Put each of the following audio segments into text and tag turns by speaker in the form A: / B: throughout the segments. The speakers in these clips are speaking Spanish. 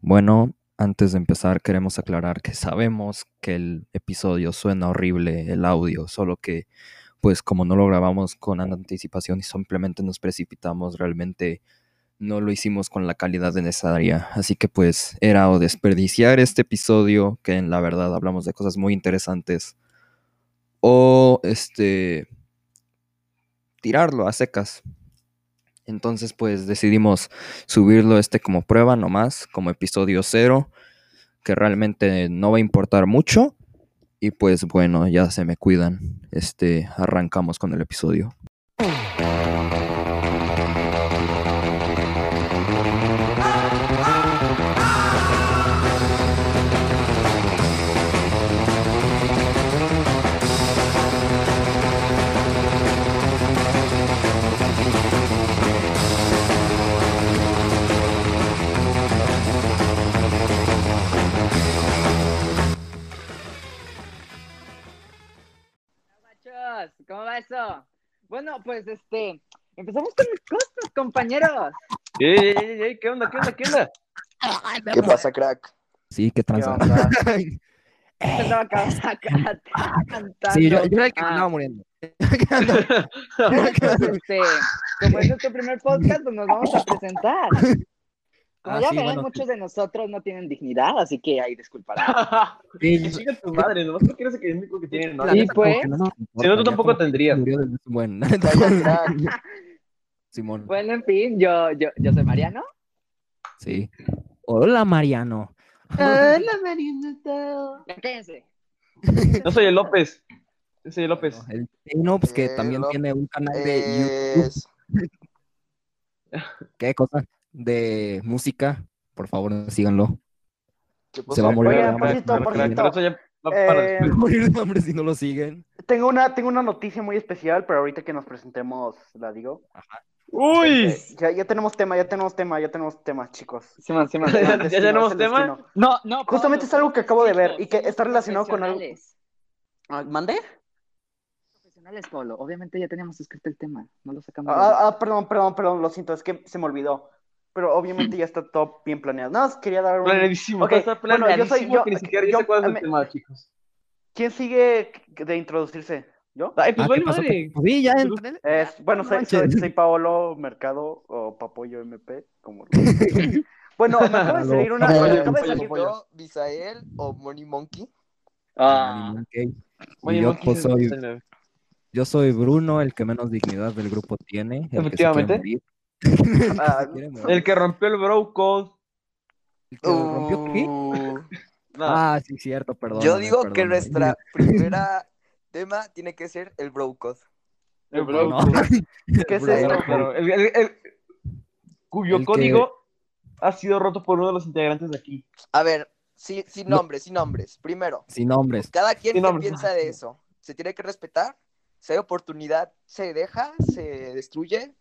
A: Bueno, antes de empezar queremos aclarar que sabemos que el episodio suena horrible, el audio, solo que pues como no lo grabamos con anticipación y simplemente nos precipitamos, realmente no lo hicimos con la calidad necesaria. Así que pues era o desperdiciar este episodio, que en la verdad hablamos de cosas muy interesantes, o este tirarlo a secas. Entonces pues decidimos subirlo este como prueba nomás, como episodio cero, que realmente no va a importar mucho. Y pues bueno, ya se me cuidan. Este, arrancamos con el episodio.
B: ¿Cómo va eso? Bueno, pues este, empezamos con, con nuestros compañeros.
C: Ey, ey, ey, ey, ¿Qué onda? ¿Qué onda? ¿Qué onda?
D: ¿Qué pasa, crack?
A: Sí, qué
D: ¿Qué
A: tranza.
D: onda?
B: Empezaba acá, acá, cantando.
A: Sí, yo, yo era el que
B: Ah,
A: me andaba muriendo.
B: pues, este, como es nuestro primer podcast, pues nos vamos a presentar. Como
A: Ah,
B: ya
A: sí,
B: verán,
A: bueno.
B: muchos de nosotros no tienen dignidad, así que ahí disculparán.
C: Que siga tu madre, nomás porque eres el único que tiene novia.
B: Sí, pues.
C: Si no, tú tampoco tendrías.
A: Murió de- Bueno,
D: Vaya, crack.
A: Simón.
B: Bueno, en fin, yo, yo, yo soy Mariano.
A: Sí. Hola, Mariano.
B: Hola, Marianita. Cállense.
C: No soy el López. Yo soy el López.
A: El Tino, pues
B: Eh,
A: que también
D: Hello.
A: tiene un canal de YouTube.
D: Es-
A: ¿Qué cosa? De música. Por favor, síganlo.
D: ¿Qué pasa,
A: Se va a morir.
D: crack?
A: de
E: Oigan,
A: hambre.
E: poquito,
A: Porque-
E: poquito.
C: Pero eso ya va para
E: Eh,
A: Se va a morir de hambre si no lo siguen.
E: tengo, una, tengo una noticia muy especial, pero ahorita que nos presentemos la digo.
C: ¡Uy!
E: Eh, ya, ya tenemos tema, ya tenemos tema, ya tenemos tema, chicos.
B: Simón, Simón.
C: ¿Ya-
E: Es el
C: ya
E: destino,
C: tenemos
E: es el
C: tema?
E: destino.
B: No, no.
E: Justamente es algo que acabo de ver y que está relacionado con algo.
B: Profesionales.
E: Ah, ¿Mandé?
B: Profesionales, Pablo. Obviamente ya teníamos escrito el tema. No lo sacamos. de-
E: Ah, ah, perdón, perdón, perdón, lo siento, es que se me olvidó. Pero obviamente ya está todo bien planeado. Nada más quería dar un.
C: Planeadísimo.
E: Ok,
C: Está
E: bueno, yo soy-
C: planeadísimo
E: yo-
C: que ni siquiera
E: yo-
C: dice cuál es
E: a mí-
C: el tema, chicos.
E: ¿Quién sigue de introducirse? ¿Yo?
C: Ay,
A: Ah,
C: pues
A: ¿qué
C: vale,
A: pasó?
C: madre.
A: Pues sí, ya
C: Pues-
A: entré.
E: Es- bueno, soy,
A: manches.
E: soy- soy Paolo Mercado o Papoyo MP, como Bueno, me acaba de salir una.
D: Eh,
E: me
C: Papoyo,
E: acaba de
C: Papoyo,
E: salir-
C: Papoyo.
D: ¿no? ¿Bisael o Money Monkey?
B: Ah.
A: Ok. Y
C: Oye,
A: yo,
C: no
A: pues,
C: quise-
A: soy, yo soy Bruno, el que menos dignidad del grupo tiene. el que se
C: Efectivamente.
A: quiere morir,
E: ah,
A: se quiere morir,
C: El que rompió el bro code.
A: el que rompió aquí.
D: Uh,
C: No,
A: Ah, sí, cierto, perdón.
D: Yo digo que nuestra primera tema tiene que ser el Brocod.
C: el bro
A: No,
C: code.
E: ¿Qué es
A: Bro,
E: esto?
C: Claro, claro. El, el- el- cuyo
A: El que-
C: código ha sido roto por uno de los integrantes de aquí.
D: A ver, sí- sin
A: No. Pues,
D: nombres, sin nombres. Primero,
A: sin nombres.
D: cada quien
C: Sin
D: qué
C: nombres.
D: piensa de eso. Se tiene que respetar. Si hay oportunidad, se deja, se destruye.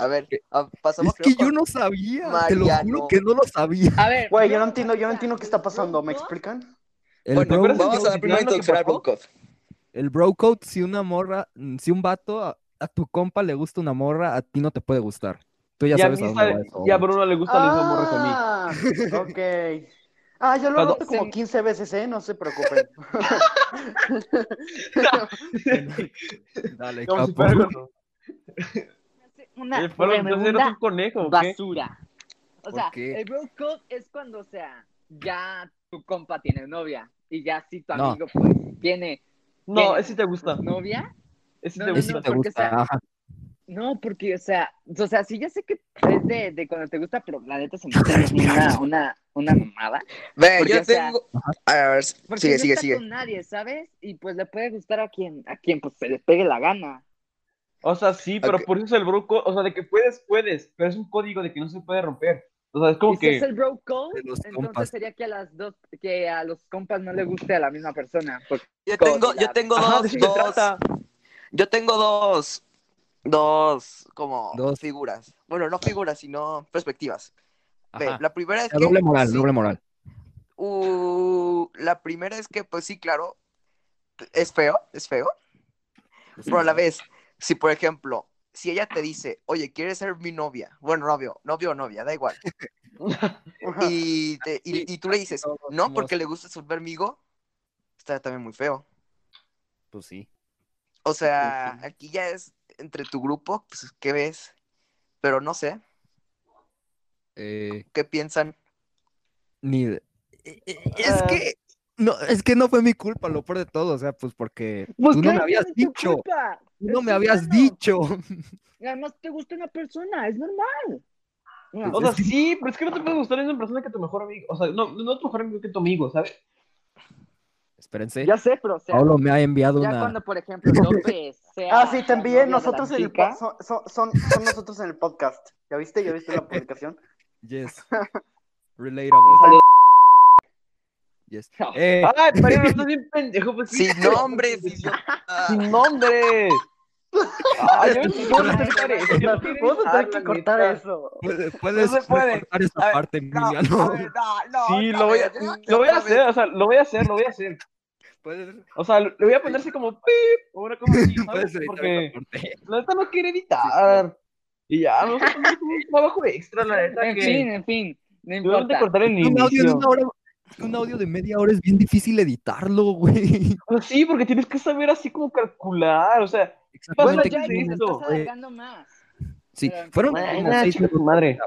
D: A ver, a- pasamos
A: Eh, Es que
D: creo,
A: yo
D: con-
A: no sabía, te lo juro
D: Mariano.
A: que no lo sabía.
B: A ver.
E: Güey, yo no entiendo, yo no entiendo qué está pasando, ¿me explican?
A: El
D: Bueno,
A: bro,
C: acuérdate
D: vamos
C: que-
D: a la primera
C: que
D: introducción al
C: pasó.
D: Brocod.
A: el bro code, si una morra, mm, si un vato a, a tu compa le gusta una morra, a ti no te puede gustar. Tú ya
C: y, a
A: sabes
C: mí
A: a dónde
C: sabe-
A: va eso.
C: y a Bruno le gusta la misma morra que a mí.
E: Ah, ok. Ah, yo lo
C: Cuando-
E: roto como 15 veces, ¿eh? No se preocupen.
A: Dale,
C: Como si
A: capo.
C: fuera con-
B: Una
C: Eh, fueron- entonces eres un
B: tremenda
C: conejo, ¿o qué?
B: basura. O
A: ¿Por
B: sea,
A: qué?
B: el bro code es cuando, o sea, ya tu compa tiene novia y ya si tu
A: No.
B: amigo pues tiene
C: No,
B: ¿Qué?
C: ese te gusta.
B: novia,
C: Ese
B: No,
C: te
B: no,
A: Ese
C: gusta.
A: te
B: porque, o
A: gusta.
B: sea,
A: ajá.
B: no, porque, o sea, o sea, sí ya sé que es de, de cuando te gusta, pero la neta se me hace una, una, una mamada.
D: Ve,
B: Porque,
D: yo
B: o sea,
D: tengo. A ver,
B: Porque
D: sigue,
B: no
D: sigue,
B: está
D: sigue.
B: con nadie, ¿sabes? Y pues le puede gustar a quien, a quien pues se le pegue la gana.
C: O sea, sí, pero
D: Ok.
C: por eso es el bruco. O sea, de que puedes, puedes. Pero es un código de que no se puede romper. O sea, es
B: y
C: como
B: si
C: que.
B: es el bro code,
A: De los
B: entonces
A: compas.
B: sería que a las dos, que a los compas no le guste a la misma persona. porque-
D: Yo
B: con
D: tengo,
B: la-
D: yo tengo
C: Ajá, de
D: dos,
C: eso se
D: dos,
C: trata.
D: yo tengo dos, dos, como
A: Dos.
D: figuras. Bueno, no figuras, sino perspectivas. Ve,
A: Ajá.
D: la primera es
A: O sea,
D: que,
A: doble moral,
D: sí,
A: doble moral.
D: uh, la primera es que, pues sí, claro, es feo, es feo, pero a la vez, si por ejemplo, si ella te dice, oye, ¿quieres ser mi novia? Bueno, novio, novio o novia, da igual. Y, te- y-
C: Sí,
D: y tú le dices,
C: todos
D: no,
C: somos-
D: porque le gusta su vermigo, está también muy feo.
A: Pues sí.
D: O sea,
E: sí.
D: aquí ya es entre tu grupo, pues, ¿qué ves? Pero no sé,
A: Eh,
D: ¿qué piensan?
A: Ni de- e- e- Es
E: Ah.
A: que no, es que no fue mi culpa, lo peor de todo, o sea, pues porque
B: Pues
A: tú no me
B: claro que
A: habías
B: es tu
A: dicho, tú
B: culpa.
A: no
B: Es
A: me
B: tu
A: habías
B: hermano.
A: dicho.
B: Y además te gusta una persona, es normal. Mira,
C: O sea, sí, pero es que no te puede gustar la misma persona que tu mejor amigo. O sea, no, no tu mejor amigo que tu amigo, ¿sabes?
A: Espérense,
B: ya sé, pero o sea,
A: Pablo me ha enviado
B: ya
A: una
B: cuando, por ejemplo, López sea
E: Ah, sí,
B: novio
E: también
B: de
E: nosotros
B: la
E: en el
B: chica,
E: po- son, son, son- son nosotros en el podcast. ¿Ya viste? ¿Ya viste la publicación?
A: yes. Relatable.
B: Saludos.
A: Yes.
B: No.
A: Eh,
C: Ay, pero estás bien pendejo. Pues, sí.
D: Sin nombres, idiota.
C: Sin nombres. Ay, yo no puedo cortar eso, yo no quiero
E: Vamos a tener
C: editar,
E: que
C: la
E: cortar
C: neta.
E: eso.
A: puedes, puedes
C: se puede.
A: cortar esta
D: A ver,
A: parte,
D: No,
A: Emiliano.
D: a ver, no, no,
C: Sí,
D: otra
C: lo voy a,
D: vez, otra
C: lo voy a
D: vez.
C: hacer, o sea, lo voy a hacer, lo voy a hacer.
A: Puedes,
C: O sea, le voy a ponerse como pip o una cosa así,
A: puedes
C: ¿sabes?
A: editar
C: Porque
A: esta parte.
C: la neta no quiere editar. Y ya, vamos a poner un trabajo extra, la neta.
B: En fin,
C: que
B: en fin, no
C: Tuvieron que
B: importa.
C: cortar el
A: Un audio de
C: inicio.
A: una hora, un audio de media hora es bien difícil editarlo, güey.
C: Pues sí, porque tienes que saber así como calcular, o sea,
B: Bueno,
A: Exactamente
B: ya Eh,
C: ¿qué
A: qué
C: es
B: Iris,
A: momento,
C: esto?
B: estás
A: güey.
B: alargando más.
A: Sí,
B: Pero-
A: fueron
B: Bueno,
A: como
C: ah,
A: seis
C: chinga tu madre.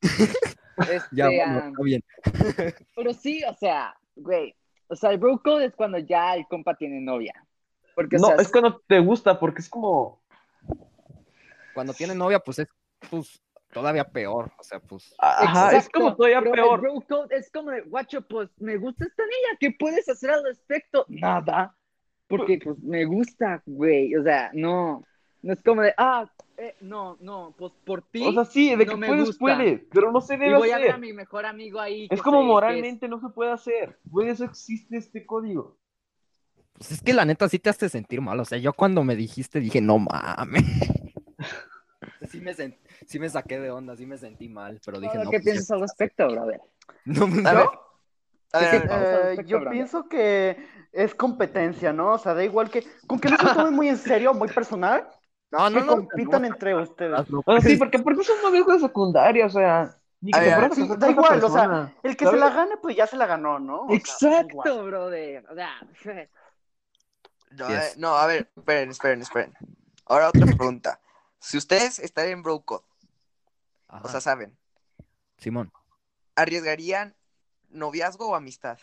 B: Este,
A: Ya, bueno,
B: ah,
A: está bien.
B: Pero sí, o sea, güey, o sea, el bro code es cuando ya el compa tiene novia. Porque, o
C: No,
B: sea,
C: es que no te gusta, porque es como,
A: Cuando tiene novia, pues es pues, todavía peor. O sea, pues.
C: ajá, es
B: Exacto,
C: como todavía
B: pero
C: peor.
B: El bro code es como de, guacho, pues me gusta esta niña, ¿qué puedes hacer al respecto? Nada, porque pues me gusta, güey, o sea, no, no es como de, ah, eh, no, no, pues por ti.
C: O sea, sí, de que
B: No me
C: puedes,
B: gusta.
C: puedes, pero no se
B: y
C: debe
B: voy a ver a
C: hacer.
B: mi mejor amigo ahí. que
C: Es como
B: se- que
C: moralmente no se puede hacer. Por eso existe este código.
A: Pues es que la neta sí te hace sentir mal. O sea, yo cuando me dijiste dije, no mames. Sí me, sen- sí me saqué de onda, sí me sentí mal, pero dije,
B: Ahora,
A: no.
B: ¿Qué
A: pues,
B: piensas al respecto, brother?
A: no, no,
D: A ver, a ver, a
B: Sí,
D: ver,
B: sí. Vamos al
E: Eh,
B: respecto,
E: yo
B: Brandon.
E: pienso que es competencia, ¿no? O sea, da igual que. Con que no se lo tomen muy en serio, muy personal,
A: no,
E: que
A: Ah, no, no,
E: compitan
A: no, Ah,
E: entre ustedes.
A: no,
C: O sea, sí,
A: sí,
C: porque aparte son noviazgos de secundaria, o sea, ni que
D: A
C: te
D: ver,
C: fueras a
E: sí,
C: casar
E: da
C: con otra
E: igual, o sea,
C: persona.
E: El que se
C: ¿Sabes?
E: la gane, pues ya se la ganó, ¿no? O sea, da igual.
B: Exacto, brother. O sea,
D: No,
A: Yes.
D: eh, no, a ver, esperen, esperen, esperen. Ahora otra pregunta. Si ustedes están en Broco,
A: Ajá,
D: o sea, saben,
A: Simón.
D: ¿arriesgarían noviazgo o amistad?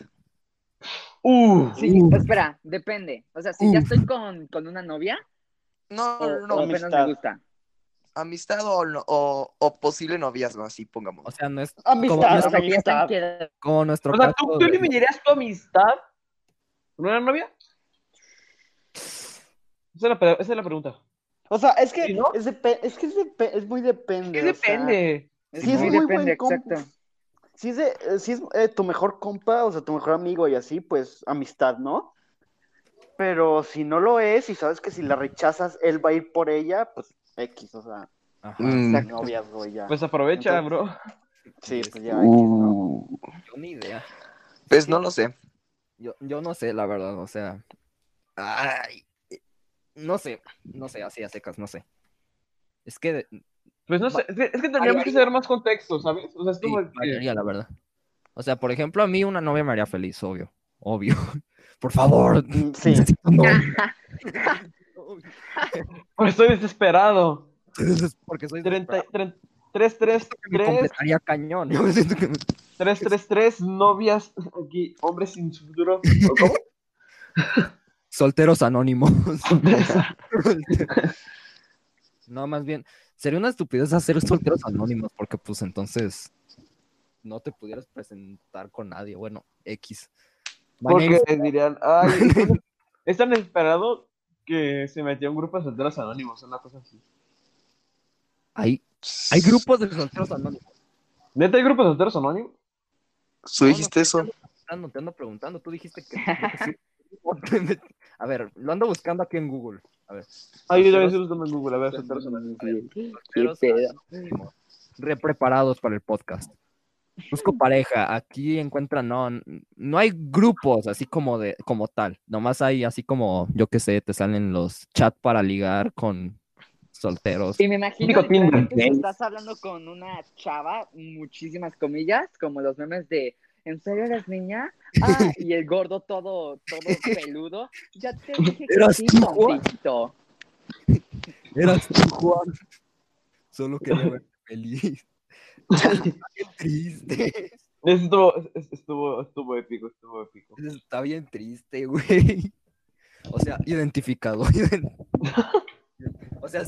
C: Uh,
B: sí,
A: Uh.
B: espera, depende. O sea, si ya estoy con, con una novia,
D: No,
B: o,
D: no,
B: o
D: no,
B: apenas
E: amistad.
B: me gusta.
D: amistad o, no- o, o posible noviazgo, así pongamos.
A: O sea, no es como,
E: Amistad,
A: nuestro,
E: o sea,
B: Ya están
E: amistad.
B: quedados.
A: como nuestro
C: o sea,
A: caso,
C: ¿tú, tú
A: güey.
C: eliminarías tu amistad con una novia? Esa es la, pe- esa es la pregunta.
E: O sea, es que,
C: Sí, ¿no?
E: es, depe- es, que es, depe- es muy depende.
C: ¿Qué
E: o sea,
C: depende?
E: Sí, es
B: Sí,
E: muy
B: depende,
E: buen compa.
B: exacto.
E: Si es, de- eh, si es eh, tu mejor compa, o sea, tu mejor amigo y así, pues amistad, ¿no? Pero si no lo es y sabes que si la rechazas, él va a ir por ella, pues X, o sea,
A: Ajá.
D: Mm.
E: noviazgo y ya.
C: Pues aprovecha,
E: Entonces-
C: bro.
E: sí, pues ya. X, ¿no?
D: Uh,
A: Yo ni idea.
D: pues no lo sé.
A: Yo, yo no sé, la verdad, o sea. Ay, eh, no sé, no sé, así a secas, no sé. Es que de-
C: Pues no sé, es que- es que tendríamos que
A: Variaría.
C: saber más contexto, ¿sabes? O sea, es
A: sí,
C: como que...
A: variaría, la verdad. O sea, por ejemplo, a mí una novia me haría feliz, obvio. Obvio. Por favor.
E: Mm, Sí.
A: necesito novia. Obvio.
C: Porque pues, estoy desesperado.
A: Porque soy
C: 30,
A: desesperado.
C: 3, 3,
A: me
C: 3,
A: completaría cañón. Yo siento que me-
C: 3, 3, 3, novias, aquí, hombres sin futuro. ¿O ¿Cómo?
A: Solteros anónimos. no, más bien, sería una estupidez hacer solteros anónimos, porque pues entonces no te pudieras presentar con nadie. Bueno, X. My name
C: Porque
A: is-
C: dirían, ay, es tan desesperado que se metió un grupo de solteros anónimos, una cosa así.
A: Hay, hay grupos de solteros anónimos.
C: ¿Neta hay grupos de solteros anónimos?
D: ¿Tú dijiste eso?
A: Ah, no, te ando preguntando, tú dijiste que... que sí. A ver, lo ando buscando aquí en Google.
C: Ay, yo también estoy buscando en Google, a ver, solteros anónimos.
B: Qué
A: Solteros
B: pedo.
A: anónimos. Repreparados para el podcast. Busco pareja, aquí encuentran, no, no hay grupos así como de, como tal, nomás hay así como, yo qué sé, te salen los chat para ligar con solteros.
B: Y me imagino
C: Típico Tinder,
B: literalmente, si
C: ¿eh?
B: estás hablando con una chava, muchísimas comillas, como los memes de ¿En serio eres niña? Ah, y el gordo todo, todo peludo. Ya te dije que
A: Eras
B: sí,
A: tú, Juan.
B: tontito.
A: Eras tú, Juan. Solo quería verte feliz. Está bien triste.
C: Estuvo, es- estuvo, estuvo épico, estuvo épico.
A: Está bien triste, güey. O sea, identificado. ident- O sea,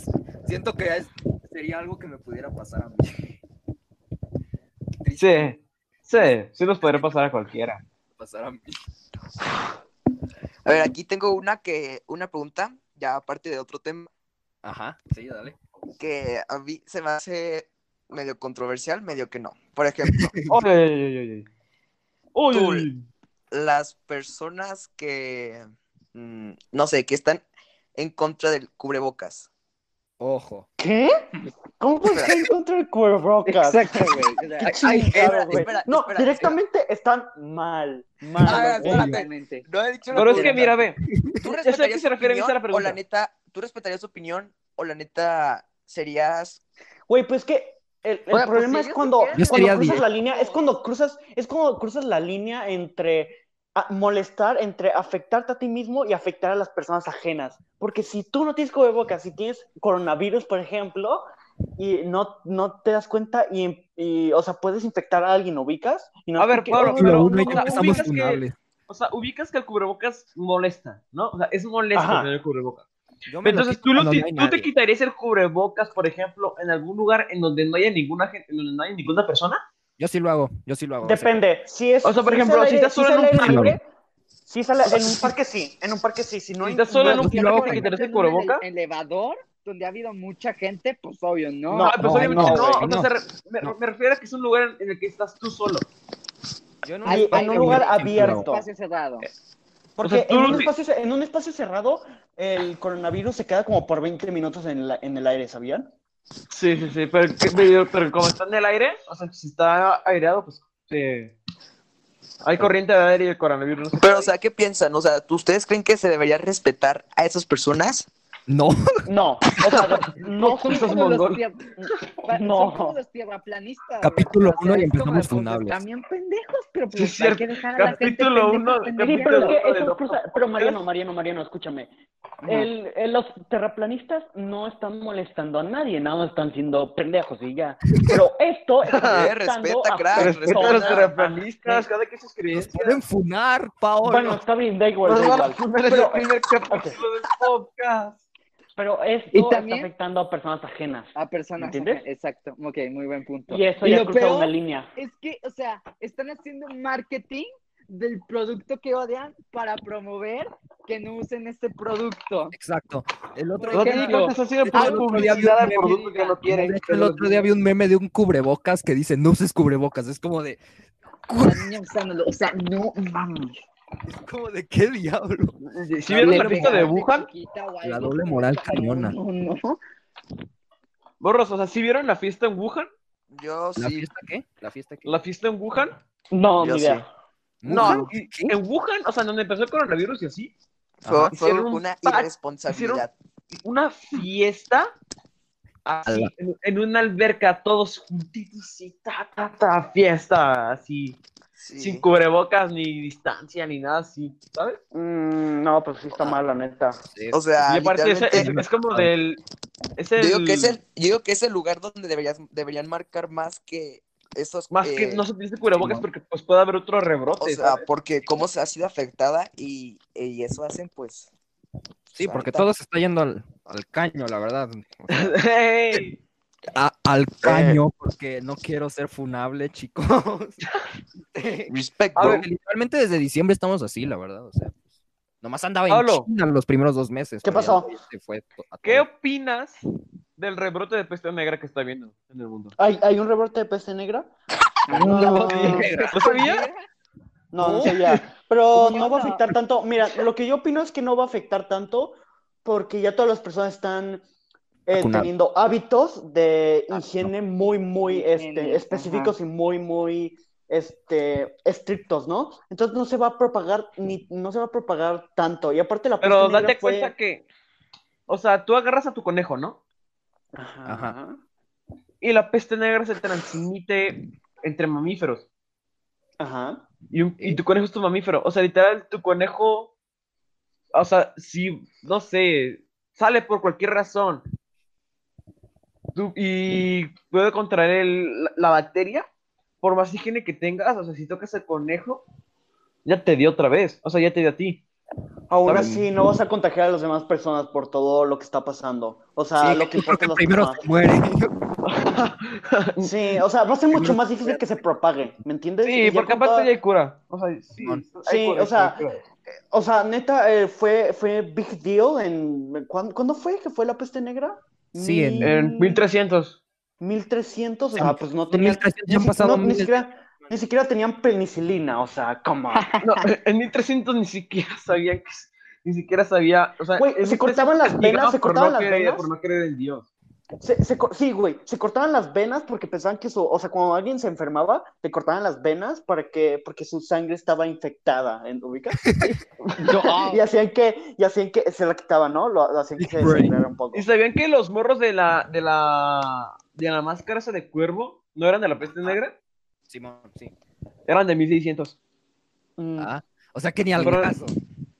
A: siento que es- sería algo que me pudiera pasar a mí. Triste
C: Sí, sí, sí nos podría pasar a cualquiera.
A: pasar a mí.
D: A ver, aquí tengo una que, una pregunta, ya aparte de otro tema,
A: Ajá, sí, dale.
D: que a mí se me hace medio controversial, medio que no. Por ejemplo,
C: Oy, oy, oy, oy, oy. Oy,
D: Tú-
C: oy, oy.
D: las personas que, mm, no sé, que están en contra del cubrebocas.
A: Ojo.
E: ¿Qué? ¿Cómo puedes ir contra el cuerbrocas?
B: Exacto, güey. O sea,
E: Qué
D: Ay,
E: chingado,
D: espera,
E: güey.
D: espera,
E: no,
D: espera,
E: directamente están mal. Mal.
D: Ah,
E: güey.
D: espérate.
B: obviamente.
D: No he dicho
C: Pero es que
D: pregunta.
C: mira, ve, sé
D: ¿Tú
C: a
D: respetarías
C: qué
D: su
C: se refiere,
D: opinión
C: esa era la
D: o
C: pregunta.
D: la neta, tú respetarías su opinión o la neta serías
E: Güey, pues que el, el
B: O sea, pues,
E: problema
B: si
E: es
B: ellos
E: cuando,
B: supieran-
A: Yo
E: cuando
A: sería
E: cruzas la línea, es cuando cruzas, es cuando cruzas la línea entre ah, molestar, entre afectarte a ti mismo y afectar a las personas ajenas. Porque si tú no tienes cubrebocas, si tienes coronavirus, por ejemplo, y no, no te das cuenta y, y, o sea, puedes infectar a alguien, ¿ubicas? Y no
C: A
E: es
C: ver,
E: porque,
C: Pablo,
E: "Oh,
C: Pero,
A: Lo
E: no,
A: uno y
E: no,
A: yo
C: o sea,
E: no,
A: empezamos
C: ubicas que-
A: funables.
C: o sea, ubicas que el cubrebocas molesta, ¿no? O sea, es molesto
E: Ajá.
C: tener el cubrebocas.
A: Yo me lo
C: Entonces,
A: quito
C: tú, lo
A: cuando
C: ti-
A: no hay
C: tú te
A: nadie.
C: quitarías el cubrebocas, por ejemplo, en algún lugar en donde no haya ninguna gente, en donde no haya ninguna persona.
A: Yo sí lo hago, yo sí lo hago. o sea,
E: Depende. Si es,
C: O sea, por
E: si
C: ejemplo,
E: es al
C: si
E: aire-
C: estás solo en
E: es al
C: un
E: aire
A: parque.
E: libre, si es al- en un parque sí, en un parque sí, si
C: Si
E: no hay-
C: estás solo en
E: no-
C: un
A: sí lo hago,
C: parque,
A: pero-
C: te quitarás el
B: Estando en el
C: cubrebocas.
B: elevador donde ha habido mucha gente, pues obvio, ¿no?
E: No,
C: Ah, pues
A: no,
C: obviamente
A: no,
C: no,
A: güey,
C: o sea,
A: no.
C: se re- me, me refiero a que es un lugar en el que estás tú solo.
A: yo en un
E: Ahí,
A: espacio
E: en un lugar
A: abierto sí lo hago.
E: abierto.
B: Espacio cerrado.
E: Porque
C: O sea, tú
E: en,
C: no
E: un
C: te-
E: espacio, en un espacio cerrado, el coronavirus se queda como por 20 minutos en, la- en el aire, ¿sabían?
C: Sí, sí, sí, pero, que- pero- pero como está en el aire, o sea, si está aireado, pues sí. Hay corriente de aire y el coronavirus. no se-
D: Pero, o sea, ¿qué piensan? O sea, ¿tú- ¿ustedes creen que se debería respetar a esas personas?
A: No,
E: No, o sea, no,
B: Son
C: Esos
B: como los
C: mongol.
B: tier- pa- son
E: No.
B: como los tierraplanistas.
A: Capítulo
B: güey.
A: uno y
B: es como,
A: empezamos
B: pues,
A: funables.
B: También pendejos, pero
C: Sí,
B: pues
C: es
B: hay
C: cierto.
B: que dejar a la gente
C: Capítulo
B: pendeja
C: uno, eh,
B: pendeja.
E: Sí,
C: capítulo
E: pero
C: dos.
E: es que
C: de
E: eso
C: los-
E: cruza- pero Mariano, Mariano, Mariano, escúchame. El- el- los terraplanistas no están molestando a nadie, nada más están siendo pendejos y ya. Pero esto está
D: Eh, respeta, crack,
E: afectando
C: Respeta a los
D: Respeta.
C: terraplanistas, cada que pues, sus
A: nos
C: creencias.
A: pueden funar, Paolo.
E: Bueno, está bien, da igual,
C: Nos
E: da
C: van a
E: igual.
C: poner el
E: Pero-
C: primer capítulo del podcast.
E: Pero esto
B: Y también-
E: está afectando a personas ajenas.
B: A personas.
E: ¿Entiendes?
B: ajá, Ah, Exacto. Ok, muy buen punto.
E: Y eso
B: Y
E: ya
B: lo
E: cruza
B: peor-
E: una línea.
B: Es que, o sea, están haciendo marketing del producto que odian para promover que no usen este producto.
A: Exacto. El otro
C: No
B: Por
A: día-
C: te
B: ejemplo,
C: digo, estás haciendo
A: el otro día vi un
C: publicidad al
A: meme-
C: producto que no
A: de
C: quieren.
A: hecho, el otro día vi un meme de un cubrebocas que dice no uses cubrebocas. Es como de,
B: La niña usándolo. O sea, no mames.
A: es como de qué diablo.
C: Si vieron
B: Le
C: la pista de
B: pegaste
C: Wuhan,
B: chiquita o
A: La
B: algo,
A: doble
B: pero
A: moral
B: no,
A: cañona.
B: No, no.
C: borros, o sea, si vieron la fiesta en Wuhan,
D: Yo
A: ¿La
D: sí.
A: fiesta qué? ¿La fiesta qué?
C: la fiesta en Wuhan,
E: No,
D: Yo
E: ni
D: sí.
E: idea.
C: no,
A: ¿Wuhan?
C: y- en Wuhan, o sea, donde empezó el coronavirus y así,
D: Fue,
A: Ajá.
D: fue
C: Hicieron
D: una
C: un pack,
D: irresponsabilidad.
C: una fiesta así,
A: Ala.
C: en, en una alberca, todos juntitos y ta, ta, ta, fiesta, así,
D: Sí.
C: sin cubrebocas, ni distancia, ni nada así, ¿sabes?
E: Mm, no, pues sí está mal, la neta.
A: Sí.
D: O sea,
C: y aparte, ese- es,
D: literalmente,
C: es como del... Es el,
D: yo digo que es el, yo digo que es el lugar donde deberías, deberían marcar más que esos...
C: Más
D: eh,
C: que no se utilice cubrebocas
A: no.
C: porque pues puede haber otro rebrote,
D: O sea,
C: ¿sabes?
D: porque cómo se ha sido afectada y, y eso hacen, pues...
A: Sí,
D: pues,
A: porque
D: ahorita-
A: todo se está yendo al, al caño, la verdad. O sea,
C: Ey.
A: a- al caño, porque no quiero ser funable, chicos.
D: Respect,
C: A
D: bro.
C: ver,
A: Literalmente desde diciembre estamos así, la verdad. O sea, pues, nomás andaba
C: Pablo.
A: en China los primeros dos meses.
E: ¿Qué
A: pero ya
E: pasó?
A: se fue to- a
C: ¿Qué
A: todo.
C: opinas del rebrote de peste negra que está viendo en el mundo?
E: ¿Hay, hay un rebrote de peste negra?
B: No,
E: no,
C: ¿No sabía?
E: No, no
A: No.
E: sé ya. Pero
B: Uy,
E: no va a
B: anda.
E: afectar tanto. Mira, lo que yo opino es que no va a afectar tanto porque ya todas las personas están eh,
A: Vacunadas.
E: teniendo hábitos de
A: Ah,
E: higiene muy, muy
B: Higiene,
E: este, específicos y muy, muy este, estrictos, ¿no? Entonces no se va a propagar ni no se va a propagar tanto. Y aparte la peste
C: Pero
E: negra
C: date
E: fue-
C: cuenta que, o sea, tú agarras a tu conejo, ¿no?
A: Ajá.
C: Y la peste negra se transmite entre mamíferos.
E: Ajá.
C: Y, un-
E: Eh.
C: y tu conejo es tu mamífero. O sea, literal, tu conejo, o sea, si, no sé, sale por cualquier razón tú- y puede contraer el- la, la bacteria, por más higiene que tengas, o sea, si tocas el conejo, ya te dio otra vez. O sea, ya te dio a ti.
E: Aún
C: Está
E: así, no vas a contagiar a las demás personas por todo lo que está pasando. O sea,
A: Sí,
E: lo que importa
A: porque
E: es las
A: primero
E: personas.
A: se muere.
E: Sí, o sea, va a ser mucho más difícil que se propague, ¿me entiendes? Y
C: Sí,
E: ya
C: porque
E: con
C: aparte
E: toda-
C: ya hay cura. O sea, sí,
A: No.
C: hay
E: Sí,
C: cura,
E: o sea,
C: hay cura.
E: O sea, neta, eh, fue, fue big deal en... ¿cuán- ¿Cuándo fue que fue la peste negra?
A: Sí, en-
C: En 1300.
E: 1300, o sea, pues no
A: En
E: tenían...
A: 1300
E: ni
A: han
E: si-
A: pasado
E: no, ni,
A: mil-
E: siquiera, ni siquiera tenían penicilina, o sea, como...
C: No, eh, en 1300 ni siquiera sabía que, ni siquiera sabía, o sea,
E: Güey,
C: en
E: se cortaban
C: 1300
E: las venas,
C: castigados
E: se
C: por
E: cortaban
C: no
E: las
C: creer-
E: venas.
C: por no creer en Dios.
E: Se, se co- sí, güey, se cortaban las venas porque pensaban que su... O sea, cuando alguien se enfermaba, te cortaban las venas para que, porque su sangre estaba infectada, ¿en- ¿ubicas?
A: ah.
E: y hacían que, y hacían que se la quitaban, ¿no? Lo, lo hacían que
A: Big
E: se
A: brain.
E: desangrara un poco.
C: ¿Y sabían que los morros de la de la de la máscara esa de cuervo no eran de la peste negra?
A: Simón, sí.
C: Eran de 1600.
E: Mm.
A: Ah, o sea que ni al
C: Pero-
A: caso.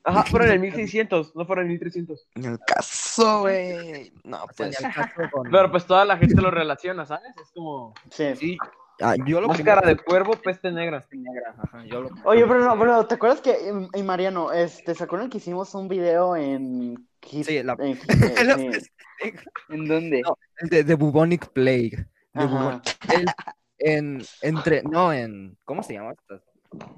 C: Ajá, fueron en el 1600, no fueron en 1300.
D: En el caso, güey. No,
A: O sea,
D: pues.
A: ni al caso con-
C: Pero pues toda la gente lo relaciona, ¿sabes? Es como
E: Sí.
A: Sí. Ah, yo lo
C: máscara
A: primero-
C: de cuervo, peste negra.
A: Ajá, yo lo-
E: Oye, Bruno, Bruno, ¿te acuerdas que, em, y- y Mariano, este, ¿se acuerdan que hicimos un video en... Hit-
A: Sí, la-
E: en- eh, sí.
B: ¿En dónde?
A: No. El de, de Bubonic Plague. de
E: Ajá.
A: Bubonic- el- en, entre, no, en, ¿cómo se llama? esta?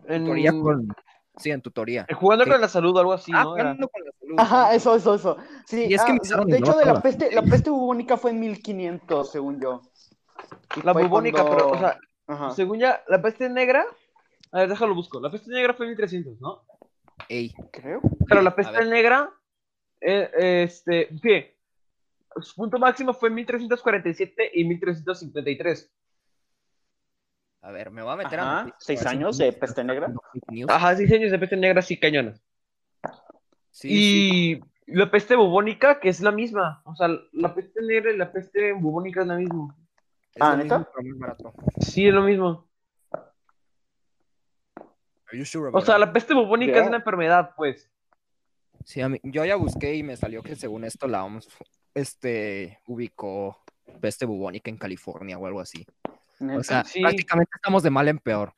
C: En-
A: Tutoría con, sí, en tutoría.
C: Jugando
A: Sí.
C: con la salud o algo así,
A: ah,
C: Mm. ¿no? Era-
A: jugando con la salud.
E: Ajá, eso, eso, eso. Sí,
A: Y es que
E: ah,
A: me hicieron
E: de hecho,
A: loco.
E: de la peste, la peste bubónica fue en 1500, según yo. Y
C: La
E: fue
C: bubónica,
E: cuando-
C: pero, o sea,
E: Ajá.
C: según ya, la peste negra. A ver, déjalo busco. La peste negra fue en 1300, ¿no?
A: Ey,
E: creo.
C: Pero la
A: A
C: peste
A: ver.
C: negra, eh, este, ¿qué? Su punto máximo fue en 1347 y 1353.
A: a ver, me voy a meter a...
E: Ajá,
A: noticias,
E: ¿Seis
A: a ver si-
E: años de peste negra?
A: News.
C: Ajá, seis años de peste negra, sí, cañona.
A: Sí, sí.
C: y la peste bubónica, que es la misma. O sea, la peste negra y la peste bubónica es la misma.
A: Es
E: Ah,
A: lo mismo,
E: ¿neta?
A: pero muy barato.
C: Sí, es lo mismo.
A: Are you sure
C: O
A: about
C: sea,
A: that?
C: la peste bubónica
E: Ya.
C: es una enfermedad, pues.
A: Sí, a mí- yo ya busqué y me salió que según esto la OMS este, ubicó peste bubónica en California o algo así. O sea,
C: Sí.
A: prácticamente estamos de mal en peor.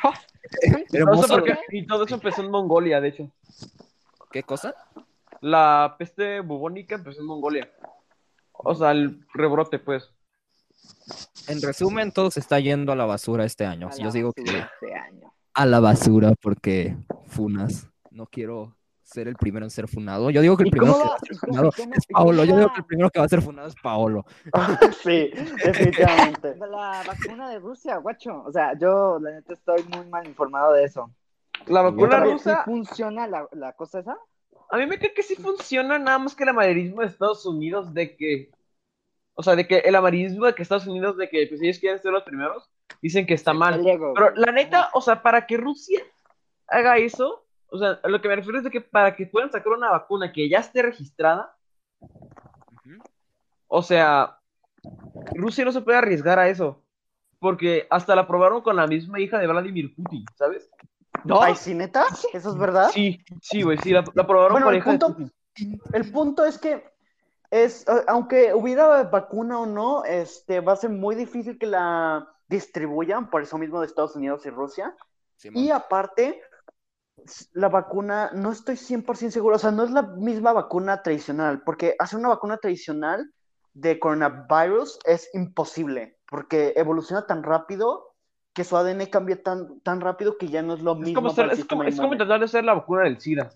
C: Todo eso
A: Hermoso,
C: porque- y todo eso empezó en Mongolia, de hecho.
A: ¿Qué cosa?
C: La peste bubónica empezó en Mongolia. O sea, el rebrote, pues.
A: En resumen, todo se está yendo a la basura este año.
B: A la
A: Yo digo
B: basura
A: que
B: Este año.
A: a la basura porque funas. No quiero ser el primero en ser funado. Yo digo que el
E: ¿Y
A: primero
E: cómo
A: que
E: va?
A: va a ser
E: ¿Y cómo-
A: funado
E: y cómo-
A: es
E: y cómo
A: Paolo. Yo digo
B: va?
A: que el primero que va a ser funado es Paolo.
E: Ah, sí, definitivamente.
B: La vacuna de Rusia, guacho. O sea, yo la neta estoy muy mal informado de eso.
C: La
A: Yo
C: vacuna
A: también.
C: rusa
B: ¿Sí funciona la, la cosa esa?
C: A mí me cree que sí funciona nada más que el amarillismo de Estados Unidos de que, o sea, de que el amarillismo de que Estados Unidos de que pues ellos quieren ser los primeros, dicen que está
B: El
C: mal.
B: ego,
C: Pero
B: güey.
C: la neta, o sea, para que Rusia haga eso, o sea, a lo que me refiero es de que para que puedan sacar una vacuna que ya esté registrada, o sea, Rusia no se puede arriesgar a eso, porque hasta la aprobaron con la misma hija de Vladimir Putin, ¿sabes?
B: No,
E: Ay, ¿sí, neta? ¿Eso es verdad?
C: Sí, sí, güey, sí, la, la aprobaron
E: Bueno,
C: con la
E: el
C: hija de
E: punto-
C: Putin.
E: El punto es que es, eh, aunque hubiera vacuna o no, este va a ser muy difícil que la distribuyan, por eso mismo de Estados Unidos y Rusia.
A: Simón.
E: Y aparte, s- la vacuna, no estoy 100% seguro, o sea, no es la misma vacuna tradicional, porque hacer una vacuna tradicional de coronavirus es imposible, porque evoluciona tan rápido que su ADN cambia tan, tan rápido que ya no es lo
C: Es
E: mismo.
C: como,
E: para
C: ser-
E: el
C: es, como,
E: sistema
C: es como
E: inmune.
C: intentar de hacer la vacuna del SIDA.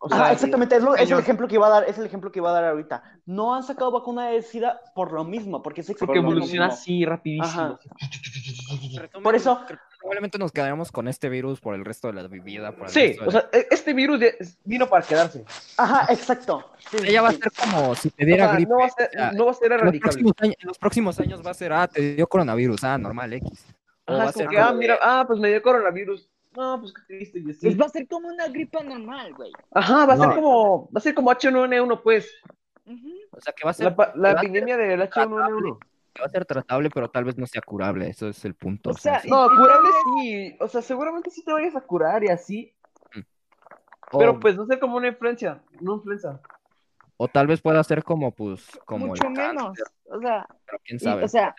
C: O sea,
E: Ajá, exactamente, es, lo- es el
C: cañón.
E: ejemplo que iba a dar, es el ejemplo que iba a dar ahorita. No han sacado vacuna de SIDA por lo mismo, porque es
C: Porque
E: exactamente lo
C: evoluciona
E: mismo.
C: así rapidísimo.
E: Ajá.
A: Resumen,
E: Por eso-
A: creo que probablemente nos quedaremos con este virus por el resto de la vida. por el
C: Sí,
A: resto de
C: o
A: la-
C: sea, e- este virus ya es- vino para quedarse.
E: Ajá, exacto. Sí, sí,
A: ella va a
E: sí.
A: ser como si te
C: O
A: diera
C: sea,
A: gripe.
C: no, va a ser,
A: o sea,
C: no va a ser
A: en, los
C: erradicable.
A: próximos años, en los próximos años va a ser, ah, te dio coronavirus, ah, normal, X. O
C: Ajá,
A: va a
C: es como
A: ser
C: que, ah,
A: como de-
C: mira, ah, pues me dio coronavirus. No, pues qué triste. y así.
B: Pues va a ser como una gripa normal, güey.
C: Ajá, va a
A: No.
C: ser como, va a ser como H1N1, pues.
B: Ujú.
A: O sea, que va a ser, Ah,
C: La, pa- la
A: va a
C: epidemia del H1N1.
A: que va a ser tratable, pero tal vez no sea curable. Eso es el punto.
B: O sea,
A: sí.
C: No,
B: Y- y
C: curable
B: tal
C: sí. O sea, seguramente sí te vayas a curar y así.
A: O-
C: Pero pues no sé como una influencia. Una influenza.
A: O tal vez pueda ser como, pues, como el
B: mucho
A: cáncer,
B: menos. O sea,
A: pero quién
B: Y,
A: sabe.
B: o sea,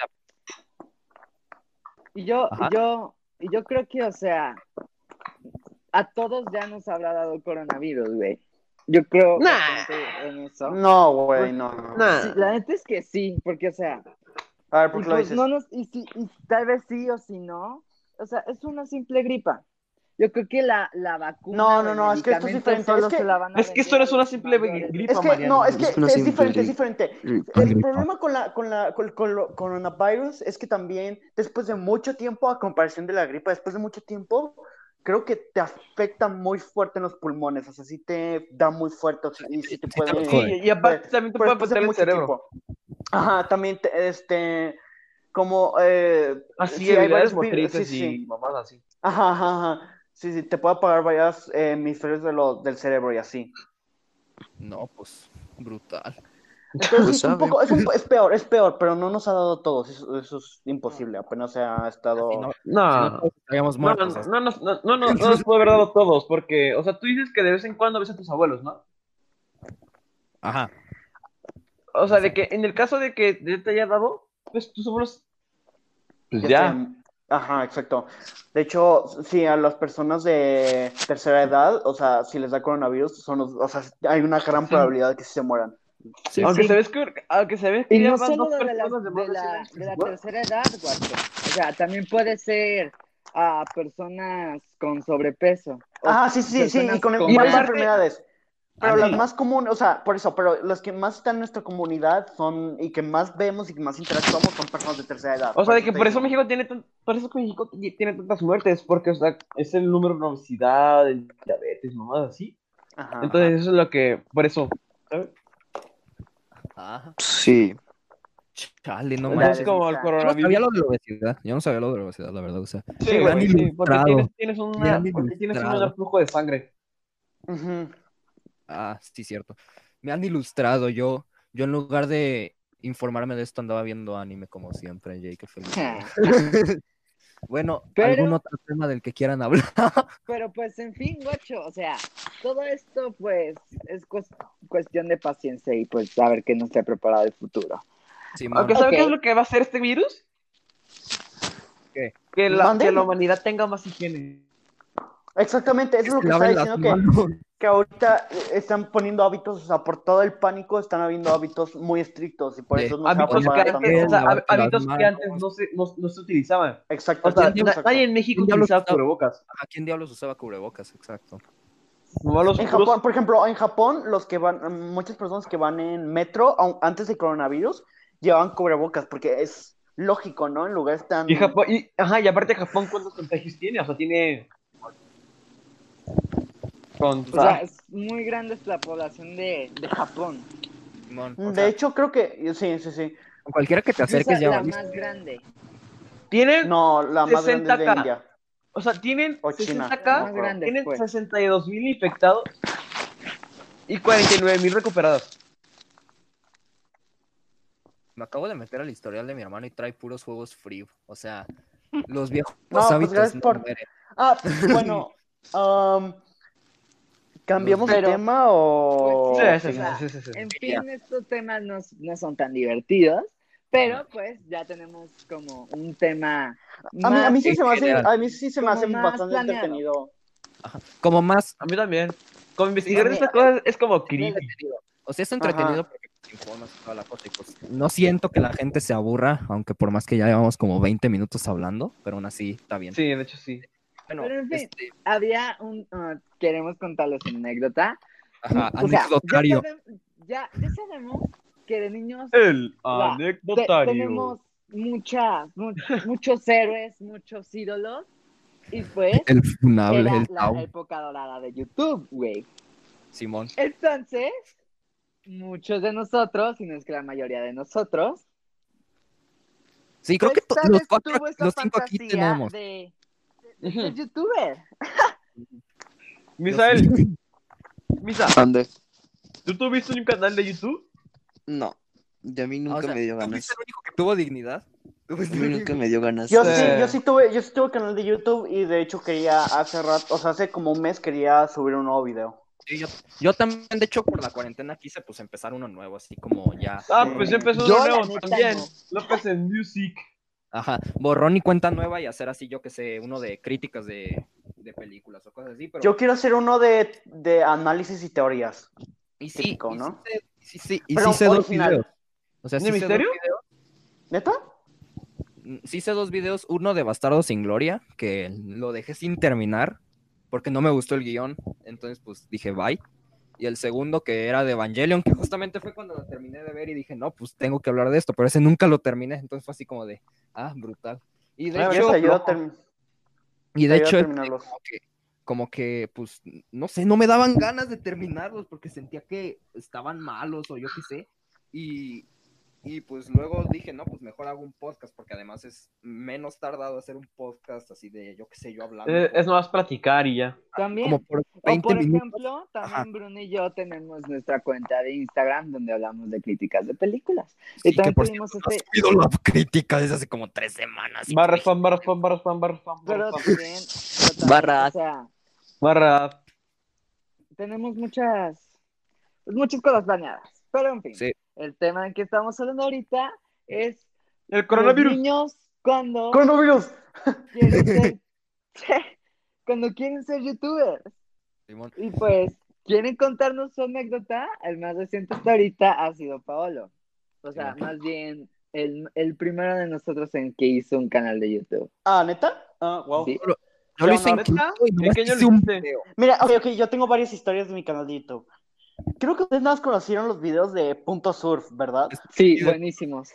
B: y yo, y
A: Ajá.
B: yo, y yo creo que, o sea, a todos ya nos habrá dado el coronavirus, güey. Yo creo
C: Nah.
B: bastante en eso.
E: No, güey, no. no.
C: Nah.
B: Sí, la neta es que sí, porque, o sea,
E: A ver,
B: y
E: ¿por qué lo
B: pues
E: dices?
B: no nos, y, si, y tal vez sí o si no, o sea, es una simple gripa. Yo creo que la, la vacuna.
E: No,
B: o
E: no,
B: el
E: no, es que esto es
B: medicamento solo
E: diferente, es que-
B: se la van a
C: Es que esto
B: vender
C: no
B: a
C: es una
B: los
C: simple
B: mayores.
C: gripa,
E: Es que,
C: Mariano.
E: no, es que
F: Es una
E: es
F: simple
E: diferente, es
F: gripa.
E: diferente.
F: Gripa,
E: El
F: gripa.
E: problema con la, con la, con, con lo- coronavirus es que también, después de mucho tiempo, a comparación de la gripa, después de mucho tiempo, creo que te afecta muy fuerte en los pulmones. O sea, sí te da muy fuerte o sea, y sí te
A: Sí,
E: puede.
A: sí, pues,
C: Sí, y aparte también te
E: Pero
C: puede
E: después
C: afectar
E: de
C: el
E: mucho
C: cerebro.
E: tiempo. Ajá, también, te- este, como, eh,
C: Así,
E: Sí, hay
C: habilidades
E: varios vi-
C: motrices
E: sí, sí.
C: y mamadas así.
E: ajá, ajá, ajá. Sí, sí, te puede apagar varios hemisferios de lo, del cerebro y así.
A: No, pues, brutal.
F: Lo
D: pues,
E: Entonces, sí, es, un
F: sabe.
E: poco, es, un- es peor, es peor, pero no nos ha dado a todos. Eso, eso es imposible. Apenas se ha estado.
A: Si no, si no
C: No.
A: todos estaríamos
C: ah, No,
A: muertos.
C: no,
A: así.
C: no, no, no, no, no, no nos puede haber dado todos, porque, o sea, tú dices que de vez en cuando ves a tus abuelos, ¿no?
A: Ajá.
C: O sea, de que en el caso de que ya te haya dado, pues tus abuelos. Pues
E: ya
C: ya.
E: estén- Ajá, exacto. De hecho, sí, a las personas de tercera edad, o sea, si les da coronavirus, son los- o sea, hay una gran probabilidad de que sí se mueran.
A: Sí,
C: Aunque
B: sí.
C: se ves que, aunque se ves que
B: Y
C: ya
B: no
C: van
B: solo
C: dos
B: de la,
C: personas de más
B: de la-
C: de cien
B: de la
C: años,
B: tercera edad, guacho. O sea, también puede ser a personas con sobrepeso. O
E: Ah, sí, sí, sí,
B: personas
E: y con
B: con
E: varias
C: cáncer.
E: enfermedades. Pero
A: Ándale.
E: las más comunes, o sea, por eso, pero las que más están en nuestra comunidad son, y que más vemos y que más interactuamos son personas de tercera edad.
C: O sea, de que
E: te
C: por eso
E: digo.
C: México tiene tan- por eso que México t- tiene tantas muertes, porque o sea, es el número de obesidad, el diabetes, mamadas así.
E: Ajá.
C: Entonces, eso es lo que, por eso.
A: Ajá.
F: Sí.
A: Chale, no
E: La
C: No
A: manches.
C: es como el
E: obesidad.
A: Yo no sabía
C: coronavirus.
A: lo de la obesidad. Yo no sabía lo de la obesidad, la verdad. O sea,
C: Sí, güey,
A: Gran
C: sí, porque
A: ilustrado.
C: tienes, tienes una,
A: Gran
C: porque tienes un
A: ilustrado.
C: menor flujo de sangre.
E: Ujú.
A: ah, sí, cierto. Me han ilustrado. Yo, yo en lugar de informarme de esto, andaba viendo anime como siempre. Jake, qué feliz. bueno,
B: Pero-
A: ¿algún otro tema del que quieran hablar?
B: Pero pues, en fin, guacho, o sea, todo esto pues es cues- cuestión de paciencia y pues a ver qué nos ha preparado el futuro.
A: Simón.
C: Aunque, ¿sabes
B: Ok.
C: qué es lo que va a hacer este virus?
A: ¿Qué?
C: Que la,
E: ¿Mande?
C: que la humanidad tenga más higiene.
E: Exactamente, eso es lo
A: se
E: que está
A: laven las
E: diciendo que,
A: manos.
E: que ahorita eh, están poniendo hábitos, o sea, por todo el pánico están habiendo hábitos muy estrictos y por
A: Sí,
E: eso no se va a
C: Hábitos que
E: propagar
C: antes,
A: también.
C: o sea, hab-
E: tanto.
A: Lavarse las
C: hábitos que
A: manos.
C: antes no se, no, no se utilizaban.
E: Exacto.
C: O sea,
E: exacto.
C: na- nadie en México
A: Ya lo
C: utilizaba
A: usaba.
C: cubrebocas.
A: ¿A quién diablos usaba cubrebocas? Exacto.
C: Nomás los
E: En
C: puros-
E: Japón, por ejemplo, en Japón, los que van, muchas personas que van en metro, aun- antes del coronavirus, llevaban cubrebocas, porque es lógico, ¿no? En lugares tan...
C: Y Japón, y, ajá, y aparte Japón, ¿cuántos contagios tiene? O sea, tiene... Con,
B: O sea, es muy grande es la población de, de Japón.
A: Simón, o
E: De
A: sea,
E: hecho, creo que... Sí, sí, sí.
A: con cualquiera que te
B: Es
A: acerques ya
B: la
A: valiste.
B: más grande.
C: tienen,
E: No, la más grande es de
C: 60K.
E: India.
C: o sea, tienen
E: O China.
B: La
C: 60k,
B: más grande
C: tienen
B: pues.
C: 62 mil infectados y 49 mil recuperados.
A: Me acabo de meter al historial de mi hermano y trae puros juegos free. O sea, los viejos
E: No, pues
A: hábitos
E: gracias
A: no
E: por-
A: mueren.
E: Ah, bueno, um, ¿cambiamos de
B: Pero-
E: tema o...?
B: Pues
C: Sí,
B: sí,
C: sí,
B: o sea,
C: sí, sí, sí.
B: En fin, estos temas no, no son tan divertidos, pero pues ya tenemos como un tema.
E: A mí, a mí sí
A: en
E: se me hace,
A: general.
E: a mí sí se me
B: Como
E: hace
B: más
E: bastante
B: planeado.
E: entretenido.
A: Como más,
C: A mí también. Con investigar
B: Sí,
C: estas
B: mira.
E: eh,
C: cosas es como creepy.
A: entretenido. o sea, es entretenido porque pues, te informas y toda la cosa. Y pues no siento que la gente se aburra, aunque por más que ya llevamos como 20 minutos hablando, pero aún así está
E: eh,
A: bien.
C: Sí, de hecho sí.
A: Bueno,
B: Pero en fin.
A: este,
B: había un. ah, queremos contarles una anécdota.
A: ajá,
B: O sea, ya,
A: anecdotario.
B: sabe- ya, ya sabemos que de niños
C: El
B: La- te-
C: anecdotario.
B: tenemos muchas, mu- muchos héroes, muchos ídolos. Y pues,
A: El funable,
B: era
A: el
B: la
A: tau,
B: época dorada de YouTube, güey.
A: Simón.
B: Entonces, muchos de nosotros, y no es que la mayoría de nosotros,
A: Sí, creo que to-
B: esta
A: los
B: vez
A: cuatro,
B: tuvo esa
A: los cinco aquí
B: fantasía
A: tenemos.
B: De, de ser
C: Ujú.
B: youtuber.
A: Los-
C: Misael, Misa,
F: Ande.
C: ¿tú tuviste un canal de YouTube?
D: No, de a mí nunca
A: O sea,
D: me dio
A: ¿tú
D: ganas.
A: fuiste el único que tuvo dignidad? ¿Tú
D: A
A: fuiste el
D: mí
A: único?
D: nunca me dio ganas. eh,
E: Yo
C: Sí.
E: sí, yo sí tuve, yo sí tuve canal de YouTube y de hecho quería hace rato, o sea, hace como un mes quería subir un nuevo video.
A: Sí, yo, yo también, de hecho, por la cuarentena quise pues empezar uno nuevo, así como ya.
C: Ah, pues yo empezó
D: Eh, Yo,
C: uno
D: la
C: nuevo
D: neta,
C: también.
D: no.
C: López en Music.
A: Ajá, borrón y cuenta nueva y hacer así, yo que sé, uno de críticas de, de películas o cosas así, pero...
E: Yo quiero hacer uno de, de análisis y teorías.
A: y sí,
E: crítico,
A: y
E: ¿no?
A: sí sé- y sí, sí, y
E: Pero
A: sí sé dos
E: original.
A: videos. O sea, sí
C: ¿De
A: sé dos
C: misterio?
E: ¿Neta?
A: Mm, sí hice dos videos, uno de Bastardo sin Gloria, que lo dejé sin terminar porque no me gustó el guión, entonces pues dije bye. Y el segundo que era de Evangelion, que justamente fue cuando lo terminé de ver y dije, no, pues tengo que hablar de esto, pero ese nunca lo terminé, entonces fue así como de, ah, brutal. Y de
E: Bueno,
A: hecho,
E: te ayudo Ah, a term-
A: y
E: te
A: de
E: ayudo a
A: hecho
E: terminarlos.
A: como que, como que, pues, no sé, no me daban ganas de terminarlos porque sentía que estaban malos o yo qué sé. Y, y pues luego dije, no, pues mejor hago un podcast porque además es menos tardado hacer un podcast así de, yo qué sé, yo hablando.
C: Eh, Es, es nomás platicar y ya.
B: También.
A: como por
B: O
A: 20
B: por
A: minutos.
B: ejemplo, también Bruno y yo tenemos nuestra cuenta de Instagram donde hablamos de críticas de películas.
A: Sí,
B: y también
A: que por
B: tuvimos
A: Ha
B: este,
A: subido la crítica desde hace como tres semanas. y-
C: Barra spam, barra spam, barra spam, barra spam.
B: pero
C: Barra, spam.
B: también, pero también,
D: Barra.
B: o sea,
C: barra
B: tenemos muchas, pues, muchas cosas planeadas. Pero en fin,
A: Sí.
B: el tema en que estamos hablando ahorita es
C: el coronavirus.
B: los niños cuando
E: Coronavirus.
B: quieren ser, cuando quieren ser youtubers.
A: Simón.
B: Y pues, ¿quieren contarnos su anécdota? El más reciente hasta ahorita ha sido Paolo. O sea,
A: Sí.
B: más bien el, el primero de nosotros en que hizo un canal de YouTube.
E: Ah, ¿neta? Ah, wow.
B: Sí.
A: Yo lo hice en
C: ¿Neta?
A: quinto y
C: ¿En
A: nomás
C: qué año
A: hice
C: lo
A: un
C: hiciste?
A: video.
E: Mira, ok, ok, yo tengo varias historias de mi canal de YouTube. Creo que ustedes nada más conocieron los videos de Punto Surf, ¿verdad?
B: Sí, buenísimos.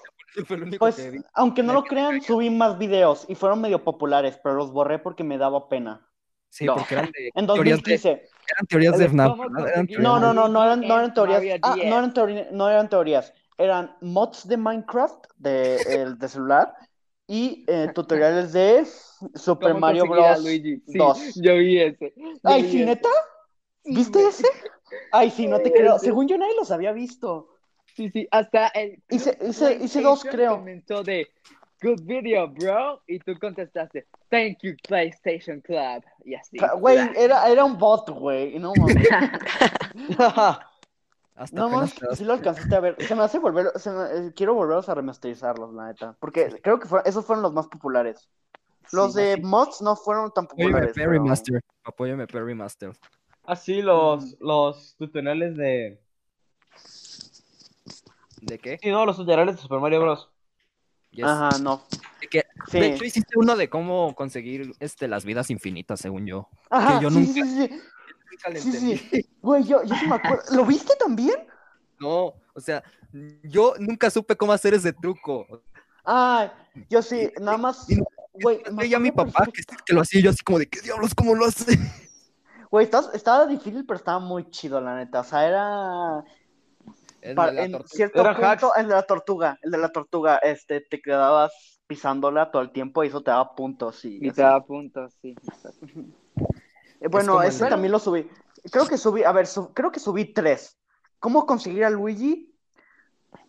A: Fue el único
E: Pues,
A: que vi.
E: aunque no lo crean, subí más videos y fueron medio populares, pero los borré porque me daba pena.
A: Sí,
B: no.
A: porque eran, de,
E: En
A: teorías de,
E: 2015.
A: eran teorías de FNAF.
B: ¿Cómo
A: ¿verdad? Eran
B: conseguir-
A: teorías
E: No, no, no, no eran, no eran
B: En
E: teorías.
B: Mario
E: Ah,
B: 10.
E: no eran teorías, no eran teorías. Eran mods de Minecraft de, el, de celular y eh, tutoriales de Super
B: ¿Cómo
E: Mario
B: conseguir a
E: Bros.
B: Luigi? Sí,
E: 2.
B: yo vi ese. Yo
E: Ay,
B: vi
E: sí,
B: ese.
E: neta.
B: Sí,
E: ¿Viste
B: güey.
E: ese? Ay, sí, no te
B: Sí,
E: creo.
B: sí.
E: Según yo nadie los había visto.
B: Sí, sí, hasta el...
E: Hice, hice, hice dos,
B: PlayStation
E: creo.
B: comentó de, good video, bro, y tú contestaste, thank you, PlayStation Club, y así.
E: Ca- Güey, era, era un bot, güey. No mames.
A: Hasta
E: No
A: apenas
E: mames,
A: te das
E: sí lo alcanzaste a ver. Se me hace volver, se me- eh, quiero volverlos a remasterizarlos, la neta. Porque creo que fueron- esos fueron los más populares. Los
B: Sí,
E: de mods no fueron tan
A: Apóyame
E: populares.
A: Perry
E: pero-
A: Master. Apóyame Perry Master.
C: Así Ah, los, los tutoriales de.
A: ¿De qué?
C: Sí, no, los tutoriales de Super Mario Bros.
A: Yes.
E: Ajá, no.
A: De, que-
E: Sí.
A: de hecho, hiciste uno de cómo conseguir este, las vidas infinitas, según yo.
E: Ajá,
A: que yo
E: sí,
A: nunca-
E: sí, sí, sí.
A: Nunca le
E: Sí,
A: entendí.
E: sí. Güey, yo, yo sí me acuerdo. ¿Lo viste también?
A: No, o sea, yo nunca supe cómo hacer ese truco.
E: Ay, yo sí, nada más.
A: Y no-
E: Güey, me
A: Veía a mi
E: acuerdo
A: papá que,
E: perfecto.
A: que lo hacía y yo así como de, ¿qué diablos? ¿Cómo lo hace?
E: Güey, estás- estaba difícil, pero estaba muy chido, la neta. O sea, era.
A: Es
E: pa-
A: de la
E: en
A: tortuga.
E: cierto
C: Era
E: punto,
C: hacks.
E: el de la tortuga. El de la tortuga, este, te quedabas pisándola todo el tiempo y eso te daba puntos. Y,
B: Y
E: así.
B: te da puntos, sí.
E: Eh, Bueno,
A: como el
E: ese
A: de-
E: también lo subí. Creo que subí, a ver, su- creo que subí tres. ¿Cómo conseguir a Luigi?